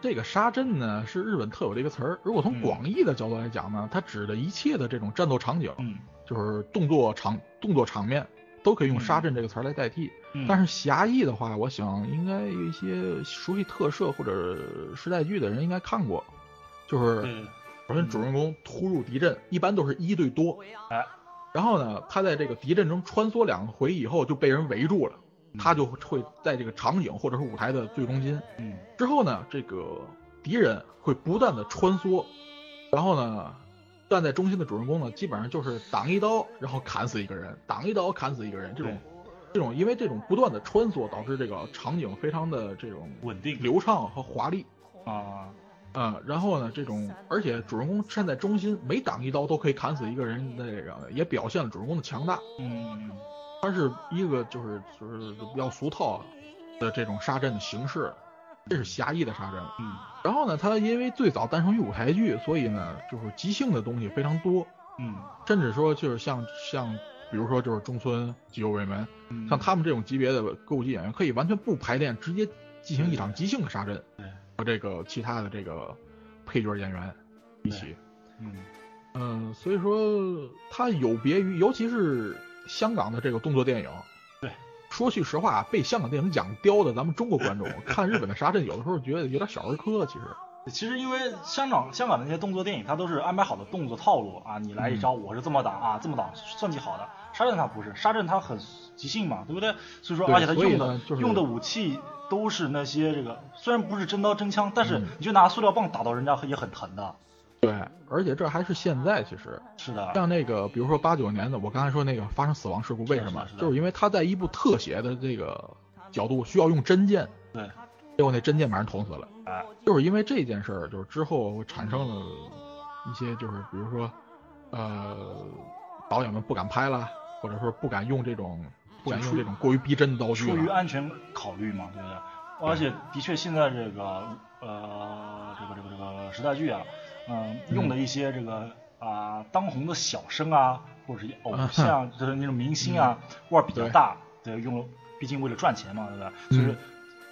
这个沙阵呢是日本特有的一个词儿。如果从
嗯
广义的角度来讲呢，它指的一切的这种战斗场景，
嗯
就是动作场动作场面，都可以用沙阵这个词儿来代替。
嗯，
但是狭义的话，我想应该有一些熟悉特摄或者时代剧的人应该看过，就是
对，
首先主人公突入敌阵，一般都是一对多，
哎，
然后呢，他在这个敌阵中穿梭两回以后就被人围住了，他就会在这个场景或者是舞台的最中心。
嗯
之后呢，这个敌人会不断的穿梭，然后呢，站在中心的主人公呢，基本上就是挡一刀，然后砍死一个人，挡一刀砍死一个人，这种
对
这种因为这种不断的穿梭，导致这个场景非常的这种
稳定
流畅和华丽。
啊，
啊、然后呢，这种而且主人公站在中心，每挡一刀都可以砍死一个人的这个，也表现了主人公的强大。
嗯
它是一个就是就是比较俗套的这种沙阵的形式，这是狭义的沙阵。
嗯
然后呢，它因为最早诞生于舞台剧，所以呢，就是即兴的东西非常多，
嗯
甚至说就是像像比如说就是中村吉右卫门，
嗯，
像他们这种级别的歌舞伎演员，可以完全不排练，直接进行一场即兴的沙阵
对，
和这个其他的这个配角演员一起。
嗯
嗯，所以说它有别于，尤其是香港的这个动作电影。
对，
说句实话，啊被香港电影养刁的咱们中国观众看日本的沙阵，有的时候觉得有点小儿科。其实，
其实因为香港香港的那些动作电影，它都是安排好的动作套路啊，你来一招，
嗯
我是这么挡啊，这么挡，算计好的。沙阵它不是，沙阵它很即兴嘛，对不对？所以说，
对
而且它
所以
用
呢
的
就是
用的武器都是那些这个，虽然不是真刀真枪，但是
嗯
你就拿塑料棒打到人家也很疼的。
对，而且这还是现在，其实
是的，
像那个，比如说八九年的，我刚才说那个发生死亡事故，为什么
是的是？的
就是因为他在一部特写的这个角度需要用真剑，
对，
结果那真剑把人捅死了。
哎，
就是因为这件事儿，就是之后产生了一些，就是比如说，呃，导演们不敢拍了，或者说不敢用这种不敢用这种过于逼真的道具
出于
了。
安全考虑嘛，对不对？而且的确，现在这个呃这个这个这个时代剧啊，嗯、用的一些这个啊、当红的小生啊，或者是偶像， 就是那种明星啊，腕儿比较
嗯对嗯
大，对，用了，毕竟为了赚钱嘛，对吧？所以说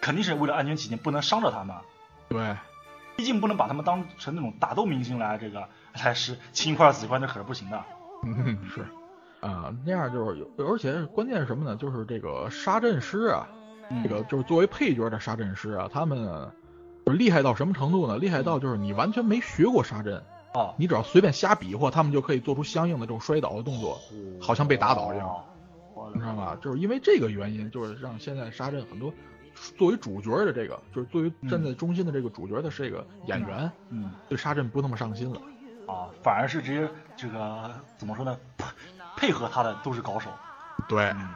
肯定是为了安全起见，不能伤着他们。
对，
毕竟不能把他们当成那种打斗明星来这个 来是青一块儿紫一块儿，那可是不行的。
嗯，是，啊、那样就是有，而且关键是什么呢？就是这个杀阵师啊，
嗯
这个就是作为配角的杀阵师啊，他们就是厉害到什么程度呢？厉害到就是你完全没学过杀阵，
哦，
你只要随便瞎比划，他们就可以做出相应的这种摔倒的动作，好像被打倒一样，
我的
你知道吧？就是因为这个原因，就是让现在杀阵很多作为主角的这个，就是作为站在中心的这个主角的这个演员，
嗯
对杀阵不那么上心了。
啊，反而是直接这个怎么说呢？配配合他的都是高手。
对，
嗯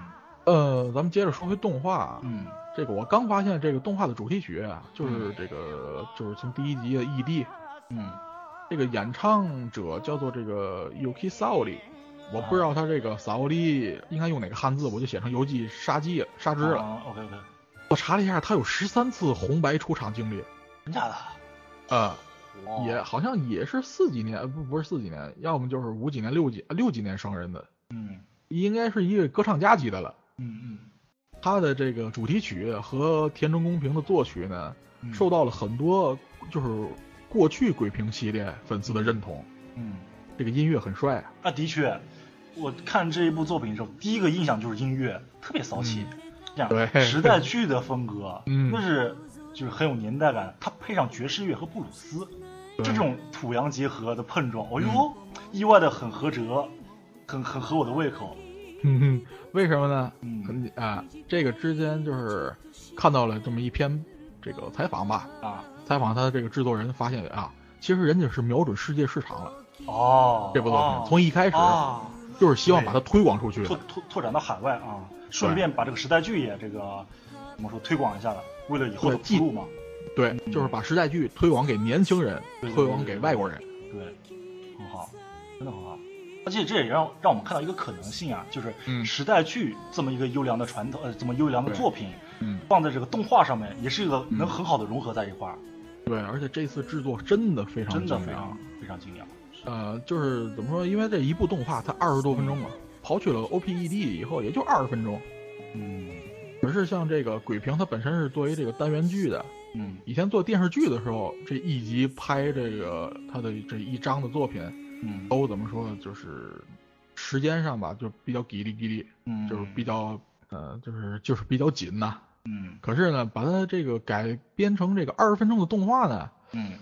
呃，咱们接着说回动画啊，
嗯
这个我刚发现，这个动画的主题曲啊，就是这个，就是从第一集的 ED，
嗯，
这个演唱者叫做这个 Yuki Saori，我不知道他这个 Saori 应该用哪个汉字，我就写成游记杀鸡杀之了。
啊、OK OK，
我查了一下，他有十三次红白出场经历，
真假的？
呃，
哇
也好像也是四几年，呃不不是四几年，要么就是五几年、六几呃六几年生人的，
嗯
应该是一个歌唱家级的了。
嗯
他的这个主题曲和田中公平的作曲呢，
嗯，
受到了很多就是过去鬼平系列粉丝的认同。
嗯
这个音乐很帅，
啊，的确，我看这一部作品的时候，第一个印象就是音乐特别骚气，这样
嗯对
时代剧的风格，
嗯
那是就是很有年代感。它配上爵士乐和布鲁斯，这种土洋结合的碰撞，哦
嗯
呦，意外的很合辙，很很合我的胃口。
哼嗯哼，为什么呢？
嗯
很啊，这个之间就是看到了这么一篇这个采访吧，
啊，
采访他的这个制作人，发现啊，其实人家是瞄准世界市场了。
哦，
这部作品
哦
从一开始
啊，
就是希望把它推广出去
拓
的。
拓拓展到海外啊，顺便把这个时代剧也这个怎么说推广一下了，为了以后的
对既
铺路嘛。
对，就是把时代剧推广给年轻人，
对对
推广给外国人。
对，很好，真的很好。而且这也让让我们看到一个可能性啊，就是
嗯
时代剧这么一个优良的传统，呃，这么优良的
对
作品，
嗯，
放在这个动画上面，也是一个能很好的融合在一块儿，
对，而且这次制作真的非常
真的
精啊
非
良
常非常精良。
呃，就是怎么说？因为这一部动画它二十多分钟嘛，刨去了 OPED 以后，也就二十分钟。
嗯
可是像这个《鬼平》，它本身是作为这个单元剧的，
嗯
以前做电视剧的时候，这一集拍这个它的这一章的作品，
嗯
都怎么说？就是时间上吧，就比较叽哩叽哩，
嗯，
就是比较呃，就是就是比较紧呐、
嗯
可是呢，把它这个改编成这个二十分钟的动画呢，
嗯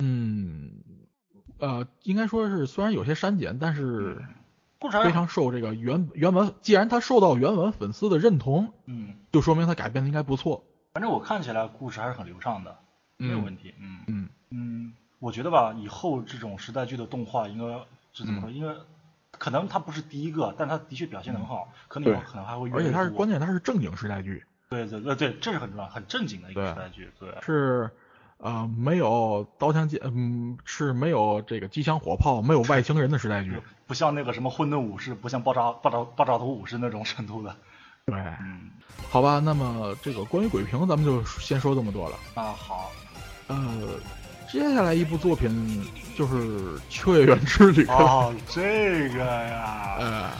嗯，呃，应该说是虽然有些删减，但是。
故事还
非常受这个原原文，既然他受到原文粉丝的认同，
嗯，
就说明他改编的应该不错。
反正我看起来故事还是很流畅的，没有问题。嗯
嗯，
嗯，我觉得吧，以后这种时代剧的动画应该是怎么说？
嗯
因为可能它不是第一个，但它的确表现得很好，可能以后
嗯对
可能还会越
而
来
且
越
它是
多
关键，它是正经时代剧，
对对呃对对，这是很重要、很正经的一个
对
时代剧。对，
是呃没有刀枪剑，嗯，是没有这个机枪火炮，没有外星人的时代剧
就。不像那个什么混沌武士，不像爆炸爆炸爆炸头武士那种程度的。
对，
嗯，
好吧，那么这个关于鬼平，咱们就先说这么多了。
啊好，
呃，接下来一部作品就是《秋叶原之旅》了，
哦这个呀，
呃，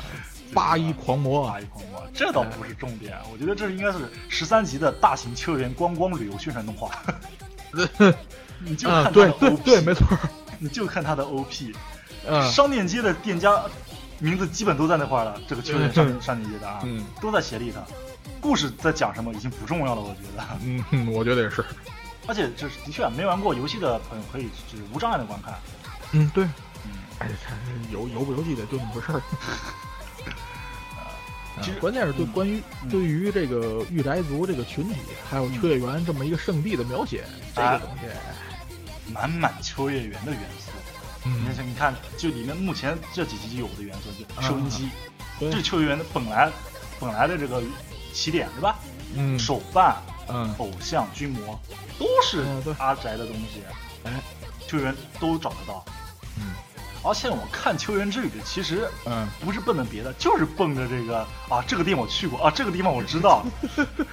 八一狂魔啊
大，一狂魔，这倒不是重点，我觉得这应该是十三集的大型秋园观光旅游宣传动画。 你就看
嗯，
它
对
的
对
OP，
对，没错儿，
你就看它的 OP。
嗯，
商店街的店家名字基本都在那块儿了，这个秋园商商店街的啊，
嗯
都在协力他。故事在讲什么已经不重要了，我觉得。
嗯嗯，我觉得也是。
而且这是的确啊，没玩过游戏的朋友可以就是无障碍的观看。
嗯，对，
嗯，
哎，游游不游戏的就那么回 事儿。
其实
啊关键是对
嗯
关于、
嗯
对于这个御宅族这个群体，还有秋叶原这么一个圣地的描写，这
啊
个东西，
满满秋叶原的元素。
嗯
你看，你看，就里面目前这几集就有的元素，就收音机，
对
这是秋叶原的本来本来的这个起点，对吧？
嗯
手办、
嗯，
偶像、军模，都是
嗯对
阿宅的东西，
哎，
秋园都找得到。
嗯，
而且我看《秋园之旅》，其实
嗯，
不是奔着别的，就是奔着这个啊，这个地方我去过啊，这个地方我 知道，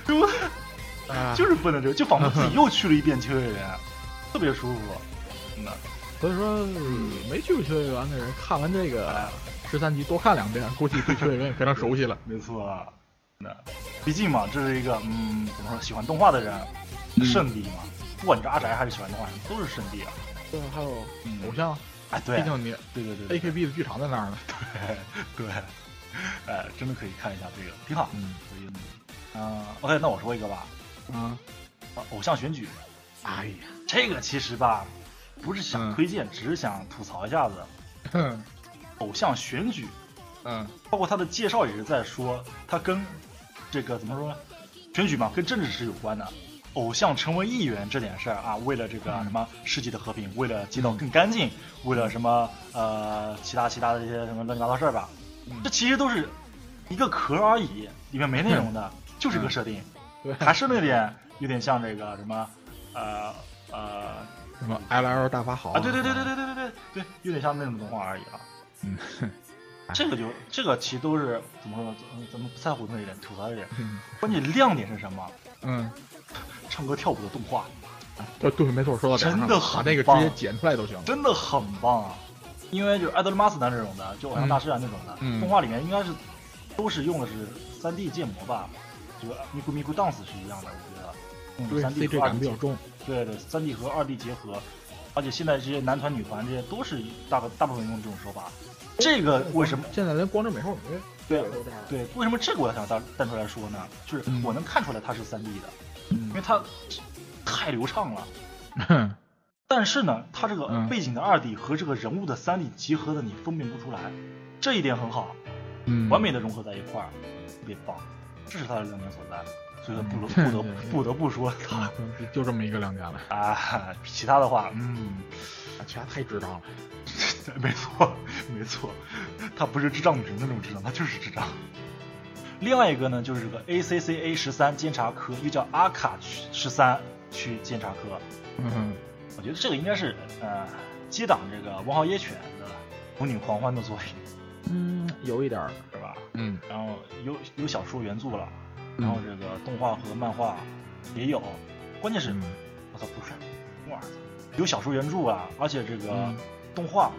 对不对？
啊
就是奔着这个，就仿佛自己又去了一遍秋叶原。特别舒服。
嗯
那
所以说没去过秋叶原的人，看完这个十三集多看两遍，估计对秋叶原也非常熟悉了。
没错啊，那毕竟嘛，这是一个嗯，怎么说，喜欢动画的人
嗯
圣地嘛。不管你是阿宅还是喜欢动画人，都是圣地啊。
对，还有偶像，
哎，对
嗯毕
啊，
竟你
对对对对
AKB 的剧场在那儿呢。
对，哎，真的可以看一下这个，挺好。
嗯
所以，嗯、o k 那我说一个吧，
啊，
啊偶像选举，
哎呀，
这个其实吧，不是想
嗯
推荐，只是想吐槽一下子。
嗯
偶像选举，
嗯
包括他的介绍也是在说，他跟这个怎么说呢？选举嘛，跟政治是有关的。偶像成为议员这件事儿啊，为了这个
嗯
什么世界的和平，为了街道更干净，为了什么呃其他其他的一些什么乱七八糟事儿吧，
嗯
这其实都是一个壳儿而已，里面没内容的，就是个设定，
嗯对，
还是那点有点像这个什么呃呃
什么 LL 大法好
啊，对对对对对对对对对，有点像那种动画而已啊。
嗯，
这个就这个其实都是怎么说呢？咱咱们不在乎那一点，吐槽一点。
嗯
关键亮点是什么？
嗯，
唱歌跳舞的动画
对对，没错，说到点儿上
真
了
的很
把那个
棒
直接剪出来都行了。
真的很棒啊！因为就是《爱德玛斯男》这种的，就《偶像大师啊》那种的、
嗯
动画里面，应该是都是用的是三 D 建模吧，就《咪咕咪咕 Dance》是一样的，我觉得。嗯，
对
三 D
，CG
和二
感
D
比较重。
对对，三 D 和二 D 结合，而且现在这些男团、女团这些都是大大部分用这种手法。这个为什么？
现在连光之美少女
对
都这样了？
对，为什么这个我要想单单出来说呢？就是
嗯
我能看出来它是三 D 的，因为
嗯
它太流畅了。
哼
但是呢，它这个
嗯
背景的二 D 和这个人物的三 D 结合的，你分辨不出来，这一点很好，
嗯，
完美的融合在一块儿，特别棒，这是它的亮点所在。所以说不得 不得不得不说它
嗯，就就这么一个亮点了，
啊，其他的话，嗯，
其他啊太智障了。
没错，没错，他不是智障女神那种智障，他就是智障。另外一个呢，就是这个 ACCA 十三监察科，又叫阿卡十三区监察科。
嗯
我觉得这个应该是呃接档这个《王浩野犬》的母女狂欢的作品，
嗯，有一点儿。
是吧？
嗯
然后有有小说原著了，然后这个动画和漫画也有，关键是
嗯
我操不是，我儿子有小说原著啊，而且这个
嗯
动画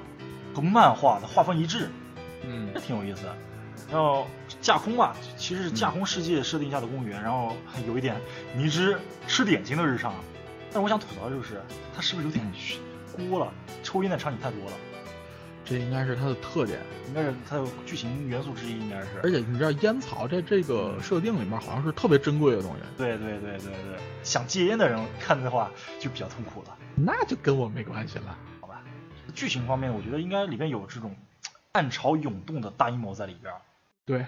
和漫画的画风一致，
嗯
这挺有意思的。然后架空吧，其实是架空世界设定下的公
嗯
园，然后有一点迷之吃点心的日常。但我想吐槽的就是，它是不是有点嗯
嗯
锅了？抽烟的场景太多了，
这应该是它的特点。
应该是它的剧情元素之一，应该是。
而且你知道烟草在这个设定里面好像是特别珍贵的东西，
对对对对对，想戒烟的人看的话就比较痛苦了，
那就跟我没关系了。
好吧？剧情方面，我觉得应该里面有这种暗潮涌动的大阴谋在里边儿，
对，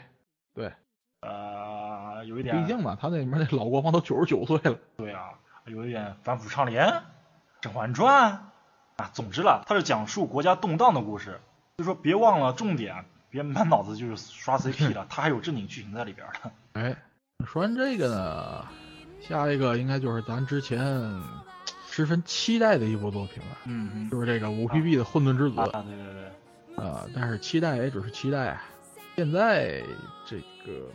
对，
呃，有一点
毕竟嘛，他那里面那老国王都九十九岁了。
对啊，有一点反腐倡廉，《甄嬛传》啊，总之了，它是讲述国家动荡的故事。就说别忘了重点，别满脑子就是 刷 CP 了，它还有正经剧情在里边儿的。
哎，说完这个呢，下一个应该就是咱之前十分期待的一部作品了，
嗯
就是这个五 PB 的《混沌之子》
啊，对对对，
啊，但是期待也只是期待啊。现在这个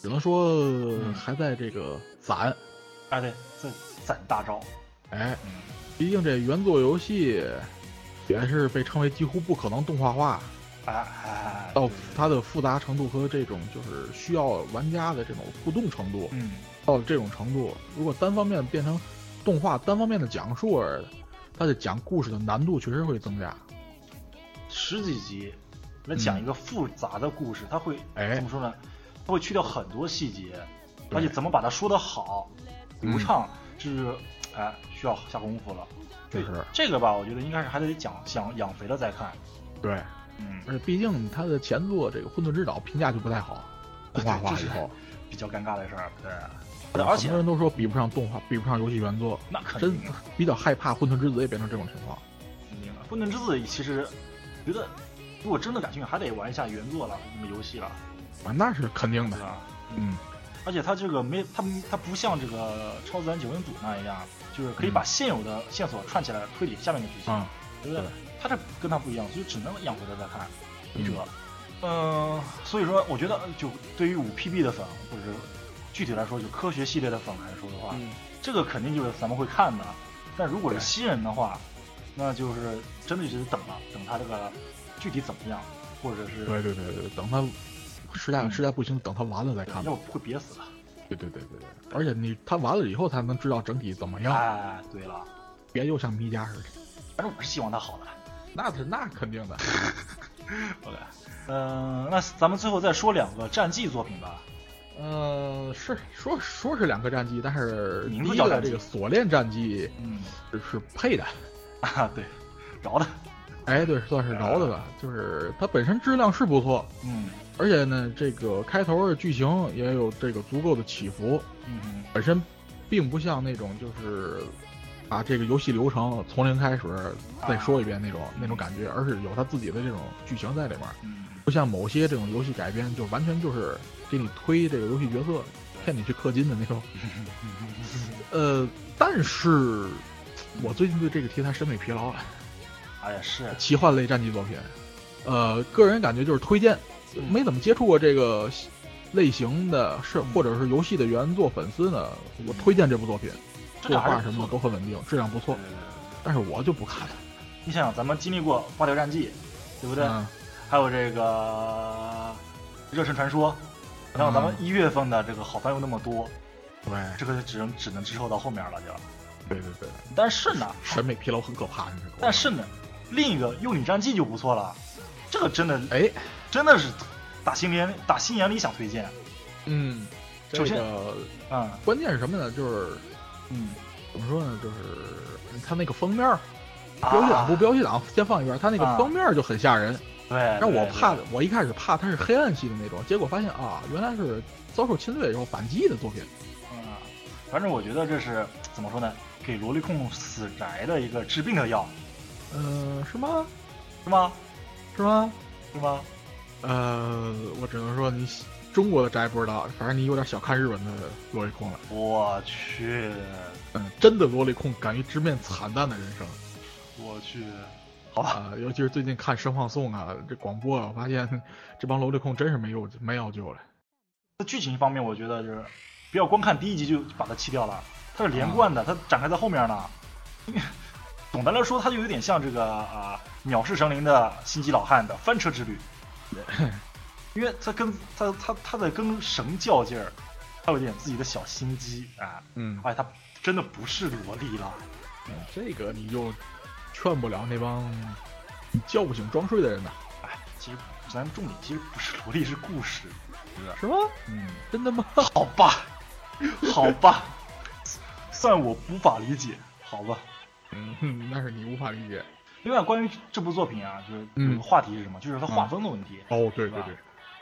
只能
嗯
说还在这个攒，
啊对，这攒大招，
哎，
嗯，
毕竟这原作游戏也是被称为几乎不可能动画化，
哎哎，
到它的复杂程度和这种就是需要玩家的这种互动程度
嗯，
到了这种程度，如果单方面变成动画单方面的讲述而，它的讲故事的难度确实会增加。
十几集来讲一个复杂的故事，它会
嗯哎
怎么说呢？它会去掉很多细节，
对
而且怎么把它说的好、
嗯
流畅，就是哎需要下功夫了。对
确实，
这个吧，我觉得应该是还得讲想养肥了再看。
对，
嗯，
而且毕竟它的前作这个《混沌之岛》评价就不太好，动画化以后，
比较尴尬的事儿。对，而
很
且
多人都说比不上动画，比不上游戏原作，
那肯
真
定啊，
比较害怕《混沌之子》也变成这种情况。
肯定啊混沌之子其实觉得，如果真的感兴趣，还得玩一下原作了，你们游戏了，
啊，那是肯定
对
的。
吧？
嗯，
而且它这个没它它不像这个超自然九人组那一样，就是
嗯
可以把现有的线索串起来推理下面的剧情，
啊，
对不对
对？
它这跟它不一样，所以只能养回来再看。
嗯
一折。嗯、所以说我觉得就对于五 PB 的粉，或嗯
嗯
者是具体来说就科学系列的粉来说的话，这个肯定就是咱们会看的。但如果是新人的话，那就是真的就是等了，等他这个具体怎么样，或者是
嗯对对对对，等他实在实在不行，等他完了再看
嗯要
吧。
不会憋死的。
对对对对对，而且你他完了以后才能知道整体怎么样，
哎，对了，
别又像咪家似的。
反正我是希望他好的。
那是那肯定的，
OK，嗯、那咱们最后再说两个战绩作品吧。
呃，是说说是两个战绩，但是第
名字
一
叫
个
战绩
这个锁链战绩
嗯，
是是配的，
啊，对，饶的，
哎，对，算是饶的
啊
吧，就是它本身质量是不错，
嗯
而且呢，这个开头的剧情也有这个足够的起伏，
嗯
本身并不像那种就是把这个游戏流程从零开始
啊
再说一遍那种那种感觉，而是有它自己的这种剧情在里面，
嗯，
不像某些这种游戏改编就完全就是给你推这个游戏角色，骗你去氪金的那种。
嗯
呃，但是我最近对这个题材审美疲劳了， 啊
哎呀是，
奇幻类战绩作品，呃，个人感觉就是推荐，
嗯
没怎么接触过这个类型的，
嗯
是或者是游戏的原作粉丝呢，我推荐这部作品，
这
作
俩还
画
是
什
不
么
错
的都很稳定，质量不
对
错
对，对对
但是我就不看了。
你想想，咱们经历过《八条战记》，对不对？
嗯
还有这个《热忱传说》，然后咱们一月份的这个好番又那么多，这个只能只能滞后到后面了就。
对对对对，
但是呢，
审美疲劳很可怕，你知道吗？
但是呢，另一个《幼女战记》就不错了，这个真的
哎，
真的是打心眼打心眼里想推荐。
嗯，这
首先
个
嗯
关键是什么呢？就是
嗯，
怎么说呢？就是你看那个封面儿。
啊
标题党不标题党，先放一边儿。它那个
啊
封面儿就很吓人，
对，
让我
对
怕
对，
我一开始怕它是黑暗系的那种，结果发现啊，原来是遭受侵略以后反击的作品。
嗯，反正我觉得这是怎么说呢，给萝莉控死宅的一个治病的药，
呃，是吗？
是吗？
是吗？
是吗？
呃，我只能说你中国的宅不知道，反正你有点小看日本的萝莉控了。
我去，
嗯，真的萝莉控敢于直面惨淡的人生
我去，好吧，
啊、尤其是最近看《生放送》啊，这广播啊，我发现这帮萝莉控真是没有没药救了。
在剧情方面，我觉得就是不要光看第一集就把它弃掉了，它是连贯的，它展开在后面呢。 总的来说，它就有点像这个啊、藐视神灵的心机老汉的翻车之旅，因为它跟它它它在跟神较劲儿，它有点自己的小心机啊，
嗯
而且它真的不是萝莉了，
这个你就劝不了那帮你叫不醒装睡的人呐，
哎，其实咱重点其实不是萝莉，是故事，
是吗？
嗯。
真的吗？
好吧，好吧， 算我无法理解，好吧。
嗯，那是你无法理解。
另外，关于这部作品啊，就是
嗯
有个话题是什么？就是它画风的问题。
哦，对
对对，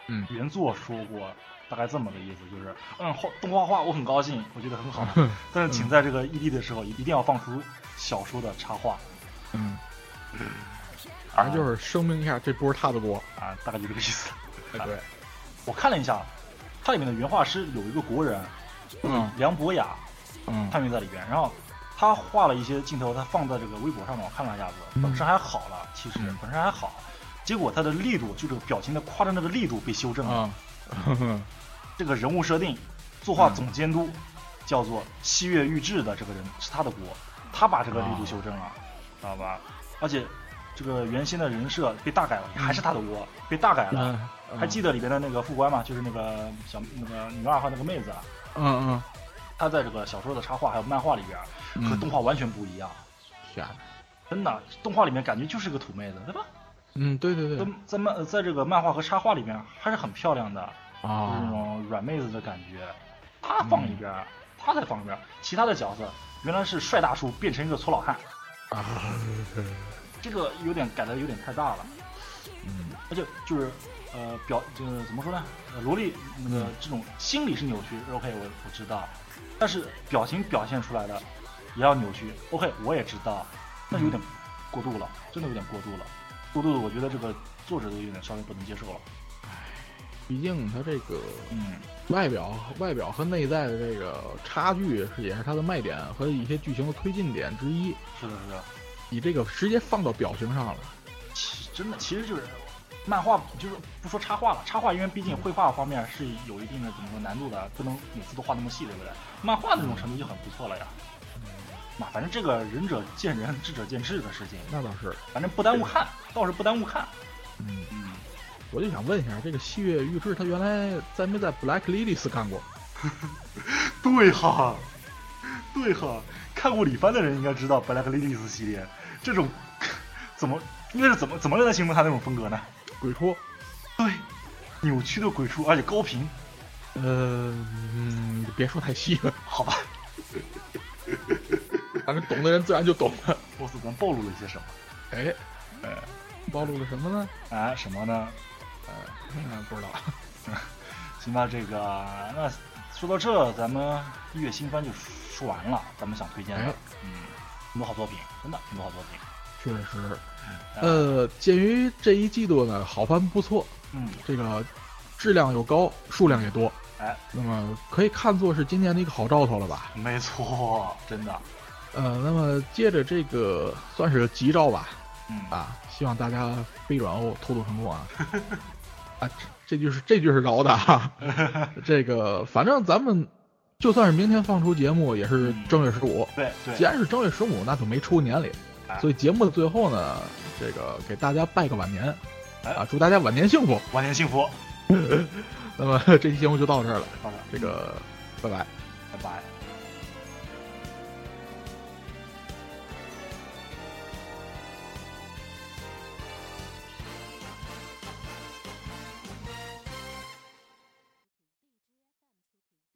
嗯
原作说过大概这么个意思，就是嗯，画动画画我很高兴，我觉得很好，
嗯
但是请在这个异地的时候一定要放出小说的插画。
嗯，反正就是是声明一下，这不是他的锅。
啊，大概就这个意思。
哎，对，
我看了一下，它里面的原画师有一个国人
嗯
梁博雅，
嗯
探员在里边，然后他画了一些镜头，他放在这个微博上面，我看了一下子，
嗯
本身还好了，其实
嗯
本身还好，结果他的力度，就这个表情的夸张的力度被修正了。
啊，呵呵
这个人物设定，作画
嗯
总监督、叫做西月玉志的这个人是他的锅，他把这个力
啊
度修正了，知道吧？而且这个原先的人设被大改了，还是他的锅，被大改了。
嗯，
还记
得？
得里边的那个副官吗？就是那个小那个女二号那个妹子，啊，
嗯
她在这个小说的插画还有漫画里边
嗯，
和动画完全不一样。
天哪，
真的，动画里面感觉就是个土妹子，对吧？
嗯，对对对
在，在漫呃在这个漫画和插画里面还是很漂亮的，就是那
啊，
种软妹子的感觉。她放一边儿，她再放一边儿，其他的角色原来是帅大叔变成一个矬老汉，
啊，
这个有点改的有点太大了，
嗯
而且就是呃表就是怎么说呢？呃，萝莉那个这种心理是扭曲，OK 我我知道，但是表情表现出来的也要扭曲，OK 我也知道，但有点过度了，真的有点过度了，过度的我觉得这个作者都有点稍微不能接受了。
毕竟他这个
嗯，
外表、外表和内在的这个差距，是也是他的卖点和一些剧情的推进点之一。
是的，是的，
你这个直接放到表情上了，
其真的其实就是漫画，就是不说插画了，插画因为毕竟绘画方面是有一定的怎么说难度的，不能每次都画那么细，对不对？漫画的这种程度就很不错了呀。那反正这个仁者见仁，智者见智的事情，
那倒是，
反正不耽误看，倒是不耽误看。
嗯，
嗯，
我就想问一下，这个细月玉之他原来在没在 Black Lilies 干过？
对哈，对哈，看过李帆的人应该知道 Black Ladies 系列这种怎么应该是怎么怎么来形容他那种风格呢？
鬼畜？
对，扭曲的鬼畜，而且高频，
呃，嗯，别说太细了，
好 吧，
反正懂的人自然就懂了。
我死咱暴露了一些什么？
哎，
呃，
暴露了什么呢？
啊，什么呢？
嗯，不知道。
行吧，这个那说到这，咱们一月新番就说完了，咱们想推荐的，
哎
嗯，很多好作品，真的很多好作品，
确实，呃，鉴于这一季度呢，好番不错，
嗯，
这个质量又高，数量也多，
哎，
那么可以看作是今年的一个好兆头了吧？
没错，真的，
呃，那么接着这个算是吉兆吧，
嗯，
啊，希望大家飞转欧偷渡成 功啊！啊，这这句是这句是饶 的啊。这个反正咱们就算是明天放出节目，也是
嗯
正月十五。
对
既
对，
然是正月十五，那就没出年里
哎，
所以节目的最后呢，这个给大家拜个晚年
哎
啊，祝大家晚年幸福。
晚年幸福，
那么这期节目就到这儿了，
好的，
这个拜拜。
拜拜。